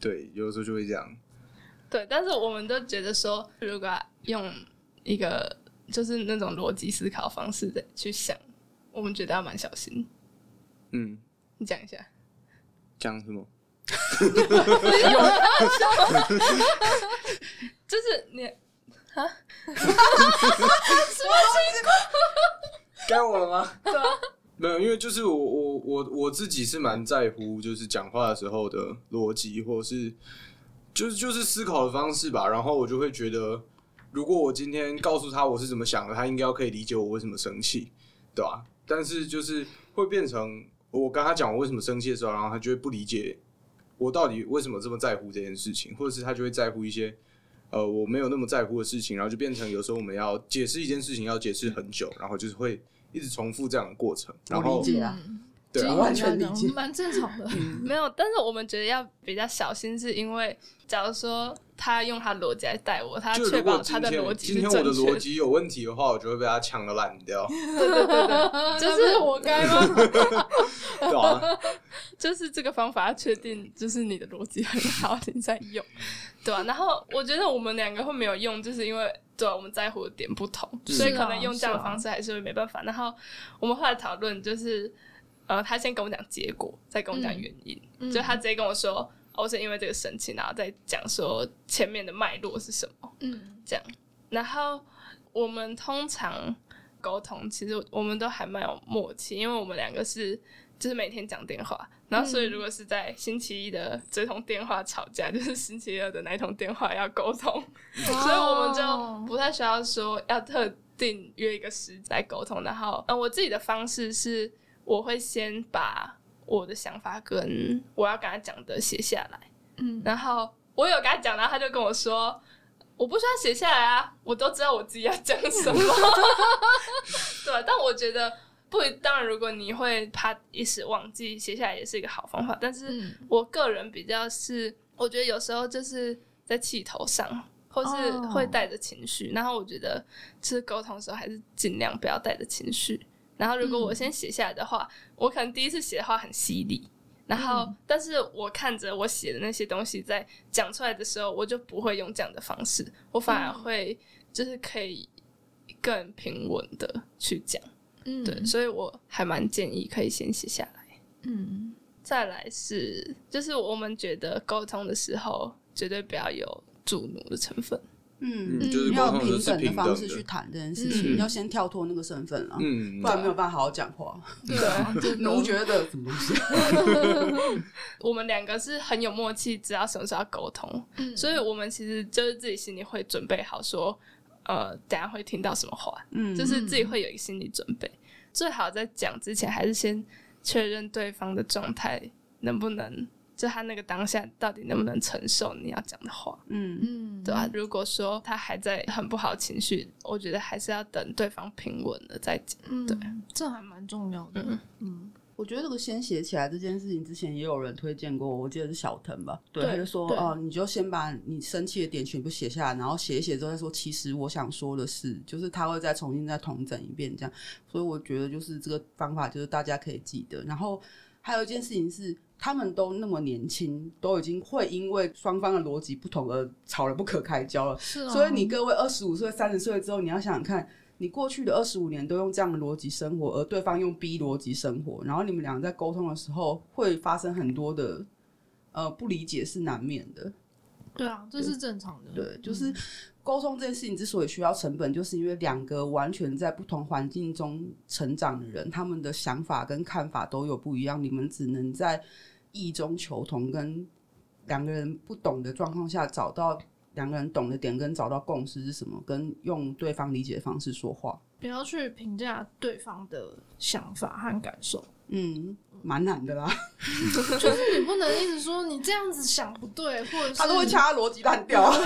[SPEAKER 4] 对，有的时候就会这样。
[SPEAKER 3] 对，但是我们都觉得说，如果用一个就是那种逻辑思考方式的去想，我们觉得要蛮小心。
[SPEAKER 4] 嗯，
[SPEAKER 3] 你讲一下，
[SPEAKER 4] 讲什么？
[SPEAKER 3] 就是你
[SPEAKER 4] 该我了吗？对没有，因为就是我我我我自己是蛮在乎，就是讲话的时候的逻辑，或是就是就是思考的方式吧。然后我就会觉得，如果我今天告诉他我是怎么想的，他应该要可以理解我为什么生气，对吧、但是就是会变成我跟他讲我为什么生气的时候，然后他就会不理解我到底为什么这么在乎这件事情，或者是他就会在乎一些呃我没有那么在乎的事情，然后就变成有时候我们要解释一件事情要解释很久，然后就是会一直重复这样的过程。然
[SPEAKER 1] 我
[SPEAKER 4] 后
[SPEAKER 1] 理解啊，
[SPEAKER 2] 嗯
[SPEAKER 4] 对
[SPEAKER 2] 其
[SPEAKER 4] 啊
[SPEAKER 2] 实
[SPEAKER 1] 我完全
[SPEAKER 2] 你要
[SPEAKER 1] 理
[SPEAKER 2] 讲
[SPEAKER 1] 解
[SPEAKER 2] 蛮正常的。
[SPEAKER 3] 没有，但是我们觉得要比较小心，是因为假如说他用他逻辑来带我，他要
[SPEAKER 4] 就
[SPEAKER 3] 确
[SPEAKER 4] 如
[SPEAKER 3] 保
[SPEAKER 4] 果
[SPEAKER 3] 他
[SPEAKER 4] 今
[SPEAKER 3] 的逻
[SPEAKER 4] 天
[SPEAKER 3] 辑
[SPEAKER 4] 今
[SPEAKER 3] 是
[SPEAKER 4] 天
[SPEAKER 3] 正
[SPEAKER 4] 我的
[SPEAKER 3] 确
[SPEAKER 4] 逻辑有问题的话，我就会被他呛的烂 掉，
[SPEAKER 3] 对对对 对，就
[SPEAKER 2] 那
[SPEAKER 3] 是
[SPEAKER 2] 不是活该 吗？
[SPEAKER 4] 对吧、
[SPEAKER 3] 就是这个方法要确定，就是你的逻辑很好，你在用， 对啊吧、然后我觉得我们两个会没有用，就是因为对啊、我们在乎的点不同，
[SPEAKER 4] 嗯
[SPEAKER 3] 所以
[SPEAKER 2] 是
[SPEAKER 3] 可
[SPEAKER 2] 啊
[SPEAKER 3] 能用这样的方式还是会没办法。然后我们后来讨论，就是呃，他先跟我讲结果，再跟我讲原因，
[SPEAKER 2] 嗯
[SPEAKER 3] 就他直接跟我说。哦我是因为这个生气，然后再讲说前面的脉络是什么，
[SPEAKER 2] 嗯，
[SPEAKER 3] 这样。然后我们通常沟通，其实我们都还蛮有默契，因为我们两个是就是每天讲电话，然后所以如果是在星期一的这通电话吵架， 就是星期二的那一通电话要沟通，嗯
[SPEAKER 2] 哦
[SPEAKER 3] 所以我们就不太需要说要特定约一个时来沟通。然后，呃，我自己的方式是，我会先把我的想法跟我要跟他讲的写下来。
[SPEAKER 2] 嗯
[SPEAKER 3] 然后我有跟他讲，然后他就跟我说：“我不需要写下来啊，我都知道我自己要讲什 么。”对，但我觉得不一，当然如果你会怕一时忘记，写下来也是一个好方法。但是
[SPEAKER 2] 嗯
[SPEAKER 3] 我个人比较是，我觉得有时候就是在气头上，或是
[SPEAKER 2] 哦
[SPEAKER 3] 会带着情绪。然后我觉得，就是沟通的时候还是尽量不要带着情绪。然后如
[SPEAKER 2] 嗯
[SPEAKER 3] 果我先写下来的话，我可能第一次写的话很犀利，然后、
[SPEAKER 2] 嗯
[SPEAKER 3] 但是我看着我写的那些东西在讲出来的时候，我就不会用这样的方式，我反而
[SPEAKER 2] 嗯
[SPEAKER 3] 会就是可以更平稳的去讲。
[SPEAKER 2] 嗯
[SPEAKER 3] 对，所以我还蛮建议可以先写下来。
[SPEAKER 2] 嗯
[SPEAKER 3] 再来是，就是我们觉得沟通的时候，绝对不要有主奴的成分。
[SPEAKER 1] 嗯，
[SPEAKER 4] 嗯就是
[SPEAKER 1] 要
[SPEAKER 4] 沟通的
[SPEAKER 1] 平
[SPEAKER 4] 是
[SPEAKER 1] 等的
[SPEAKER 4] 平等
[SPEAKER 1] 方式去
[SPEAKER 4] 的，
[SPEAKER 1] 谈这件事情，
[SPEAKER 4] 嗯
[SPEAKER 1] 要先跳脱那个身份了，
[SPEAKER 4] 嗯
[SPEAKER 1] 不，然没有办法好好讲话。
[SPEAKER 2] 对啊，真的
[SPEAKER 1] 奴觉得什么东西？
[SPEAKER 3] 我们两个是很有默契，知道什么时候要沟通，
[SPEAKER 2] 嗯
[SPEAKER 3] 所以我们其实就是自己心里会准备好说，呃，等一下会听到什么话，
[SPEAKER 1] 嗯，
[SPEAKER 3] 就是自己会有一个心理准备。最好在讲之前，还是先确认对方的状态能不能，就他那个当下到底能不能承受你要讲的话。
[SPEAKER 1] 嗯
[SPEAKER 2] 嗯
[SPEAKER 3] 对啊，如果说他还在很不好情绪，我觉得还是要等对方平稳了再讲。
[SPEAKER 2] 嗯
[SPEAKER 3] 对，
[SPEAKER 2] 这还蛮重要的。嗯
[SPEAKER 1] 我觉得这个先写起来这件事情，之前也有人推荐过我，我记得是小腾吧，对，
[SPEAKER 3] 对
[SPEAKER 1] 他就说
[SPEAKER 3] 对
[SPEAKER 1] 哦、你就先把你生气的点全部写下来，然后写一写之后再说，其实我想说的是，就是他会再重新再重整一遍这样，所以我觉得就是这个方法就是大家可以记得，然后还有一件事情是。他们都那么年轻，都已经会因为双方的逻辑不同而吵得不可开交了。
[SPEAKER 2] 是啊，
[SPEAKER 1] 所以你各位二十五岁、三十岁之后，你要想想看，你过去的二十五年都用这样的逻辑生活，而对方用 B 逻辑生活，然后你们俩在沟通的时候会发生很多的呃不理解是难免的。
[SPEAKER 2] 对啊，这是正常的。
[SPEAKER 1] 对，就是沟通这件事情之所以需要成本，就是因为两个完全在不同环境中成长的人，他们的想法跟看法都有不一样，你们只能在异中求同，跟两个人不懂的状况下找到。两个人懂的点跟找到共识是什么，跟用对方理解的方式说话，
[SPEAKER 2] 不要去评价对方的想法和感受，
[SPEAKER 1] 嗯，蛮难的啦。
[SPEAKER 2] 就是你不能一直说你这样子想不对，或者是
[SPEAKER 1] 他都会掐逻辑烂掉。啊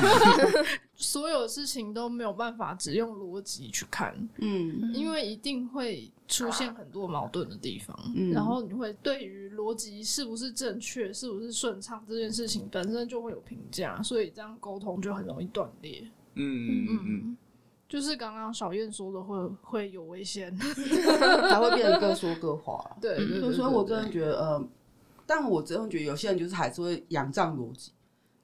[SPEAKER 2] 所有事情都没有办法只用逻辑去看，
[SPEAKER 1] 嗯啊
[SPEAKER 2] 因为一定会出现很多矛盾的地方，
[SPEAKER 1] 嗯
[SPEAKER 2] 然后你会对于逻辑是不是正确、是不是顺畅这件事情本身就会有评价，所以这样沟通就很容易断裂。
[SPEAKER 4] 嗯嗯嗯，
[SPEAKER 2] 就是刚刚小燕说的会会有危险，
[SPEAKER 1] 才会变得各说各话啊啦。
[SPEAKER 2] 对对
[SPEAKER 1] 对，
[SPEAKER 2] 对，
[SPEAKER 1] 嗯所以我
[SPEAKER 2] 嗯对
[SPEAKER 1] 真的觉得，呃，但我真的觉得有些人就是还是会仰仗逻辑，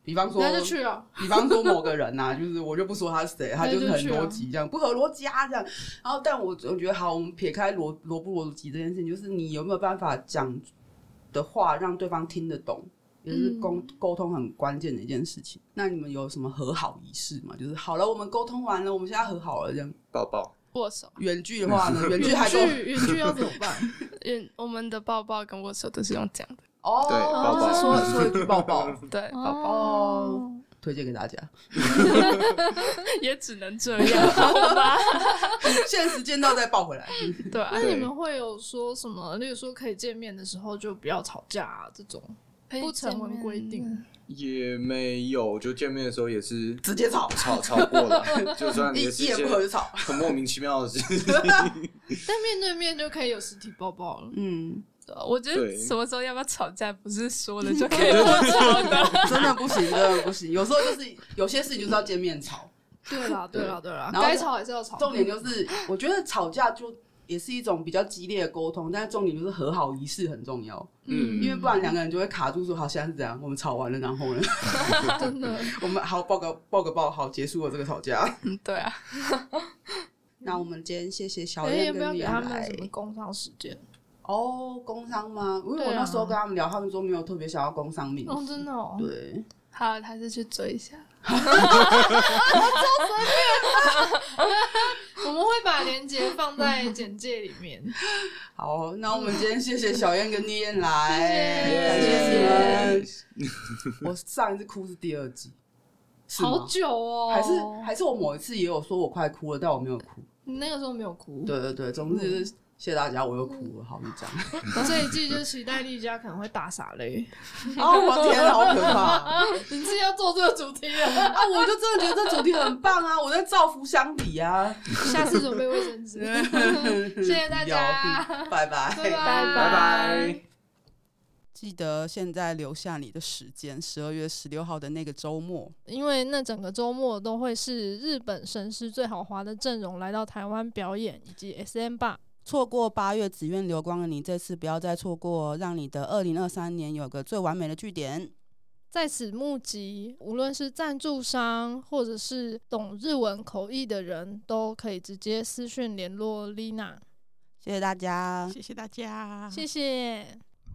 [SPEAKER 1] 比方说，
[SPEAKER 2] 那就去啊，
[SPEAKER 1] 比方说某个人呐、就是我就不说他是谁，他就是很
[SPEAKER 2] 啊
[SPEAKER 1] 逻辑这样，不合逻辑啊这样。然后，但我我觉得好，我们撇开逻逻不逻辑这件事情，就是你有没有办法讲的话让对方听得懂。也是
[SPEAKER 2] 嗯
[SPEAKER 1] 沟沟通很关键的一件事情。那你们有什么和好仪式吗？就是好了，我们沟通完了，我们现在和好了，这样。
[SPEAKER 4] 抱抱，
[SPEAKER 3] 握手，
[SPEAKER 1] 远距的话呢， 远距还
[SPEAKER 2] 远
[SPEAKER 1] 够
[SPEAKER 2] 距远距要怎么办？
[SPEAKER 3] 因为我们的抱抱跟握手都是用讲的，
[SPEAKER 1] 哦，
[SPEAKER 4] 对抱
[SPEAKER 2] 抱
[SPEAKER 1] 是说说一句抱抱，
[SPEAKER 3] 对，
[SPEAKER 1] 哦，推荐给大家。
[SPEAKER 3] 也只能这 样， 好吧？
[SPEAKER 1] 现实见到再抱 回来。
[SPEAKER 3] 对啊
[SPEAKER 2] 那，
[SPEAKER 4] 对
[SPEAKER 2] 你们会有说什么？例如说可以见面的时候就不要吵架啊，这种不成文规定。
[SPEAKER 4] 也没有，就见面的时候也是
[SPEAKER 1] 直接吵
[SPEAKER 4] 吵吵过 了，就算
[SPEAKER 1] 一
[SPEAKER 4] 也是
[SPEAKER 1] 一
[SPEAKER 4] 一
[SPEAKER 1] 言
[SPEAKER 4] 些
[SPEAKER 1] 不合就吵。
[SPEAKER 4] 很莫名其妙的事情。
[SPEAKER 2] 但面对面就可以有实体抱抱了。
[SPEAKER 1] 嗯，
[SPEAKER 3] 啊。我觉得
[SPEAKER 4] 对
[SPEAKER 3] 什么时候要不要吵架，不是说了 就可以
[SPEAKER 4] 对
[SPEAKER 3] 不说的。
[SPEAKER 1] 真的不行，真的不行。有时候就是有些事情就是要见面吵，
[SPEAKER 2] 对啦， 对啦，对啦，
[SPEAKER 1] 然后
[SPEAKER 2] 该吵还是要吵。
[SPEAKER 1] 重点就是我觉得吵架就也是一种比较激烈的沟通，但是重点就是和好仪式很重要，
[SPEAKER 4] 嗯
[SPEAKER 1] 因为不然两个人就会卡住说好现在是怎样，我们吵完了，然后呢，
[SPEAKER 2] 真的，
[SPEAKER 1] 我们好报个报个报，好结束了这个吵架。
[SPEAKER 3] 嗯，对啊，
[SPEAKER 1] 那我们今天谢谢小
[SPEAKER 2] 哎
[SPEAKER 1] 燕
[SPEAKER 2] 要不要
[SPEAKER 1] 跟李
[SPEAKER 2] 给他们
[SPEAKER 1] 来
[SPEAKER 2] 什么工伤时间？
[SPEAKER 1] 哦，工伤吗？因为我
[SPEAKER 2] 对啊
[SPEAKER 1] 那时候跟他们聊，他们说没有特别想要工伤命。
[SPEAKER 2] 哦，真的哦，
[SPEAKER 1] 对，
[SPEAKER 3] 好，还是去追一下。
[SPEAKER 2] 我们会把链 接放在简介里面。
[SPEAKER 1] 好，那我们今天谢谢小燕跟妮燕来，感
[SPEAKER 2] 谢
[SPEAKER 1] 谢
[SPEAKER 2] 谢
[SPEAKER 1] 你们。我上一次哭是第二集，是吗
[SPEAKER 2] 好久哦，
[SPEAKER 1] 还是还是我某一次也有说我快哭了，但我没有哭。
[SPEAKER 2] 你那个时候没有哭。
[SPEAKER 1] 对对对，总之就是谢谢大家，我又哭了，好你讲。
[SPEAKER 2] 这一季就期待丽佳可能会大傻泪，
[SPEAKER 1] 啊，我的天啊，好可怕！
[SPEAKER 2] 你自己要做这个主题 了，
[SPEAKER 1] 啊，我就真的觉得这主题很棒啊，我在造福相比啊。
[SPEAKER 2] 下次准备卫生 纸。
[SPEAKER 1] 谢
[SPEAKER 2] 谢 大家，
[SPEAKER 1] 拜拜，
[SPEAKER 2] 拜
[SPEAKER 3] 拜
[SPEAKER 4] 拜拜。
[SPEAKER 1] 记得现在留下你的时间，十二月十六号的那个周末。
[SPEAKER 2] 因为那整个周末都会是日本神师最豪华的阵容来到台湾表演，以及 SM 吧。
[SPEAKER 1] 错过八月紫苑流光的你，这次不要再错过哦，让你的二零二三年有个最完美的据点。
[SPEAKER 2] 在此募集，无论是赞助商或者是懂日文口译的人，都可以直接私讯联络 Lina。
[SPEAKER 1] 谢谢大家，
[SPEAKER 5] 谢谢大家，
[SPEAKER 2] 谢谢。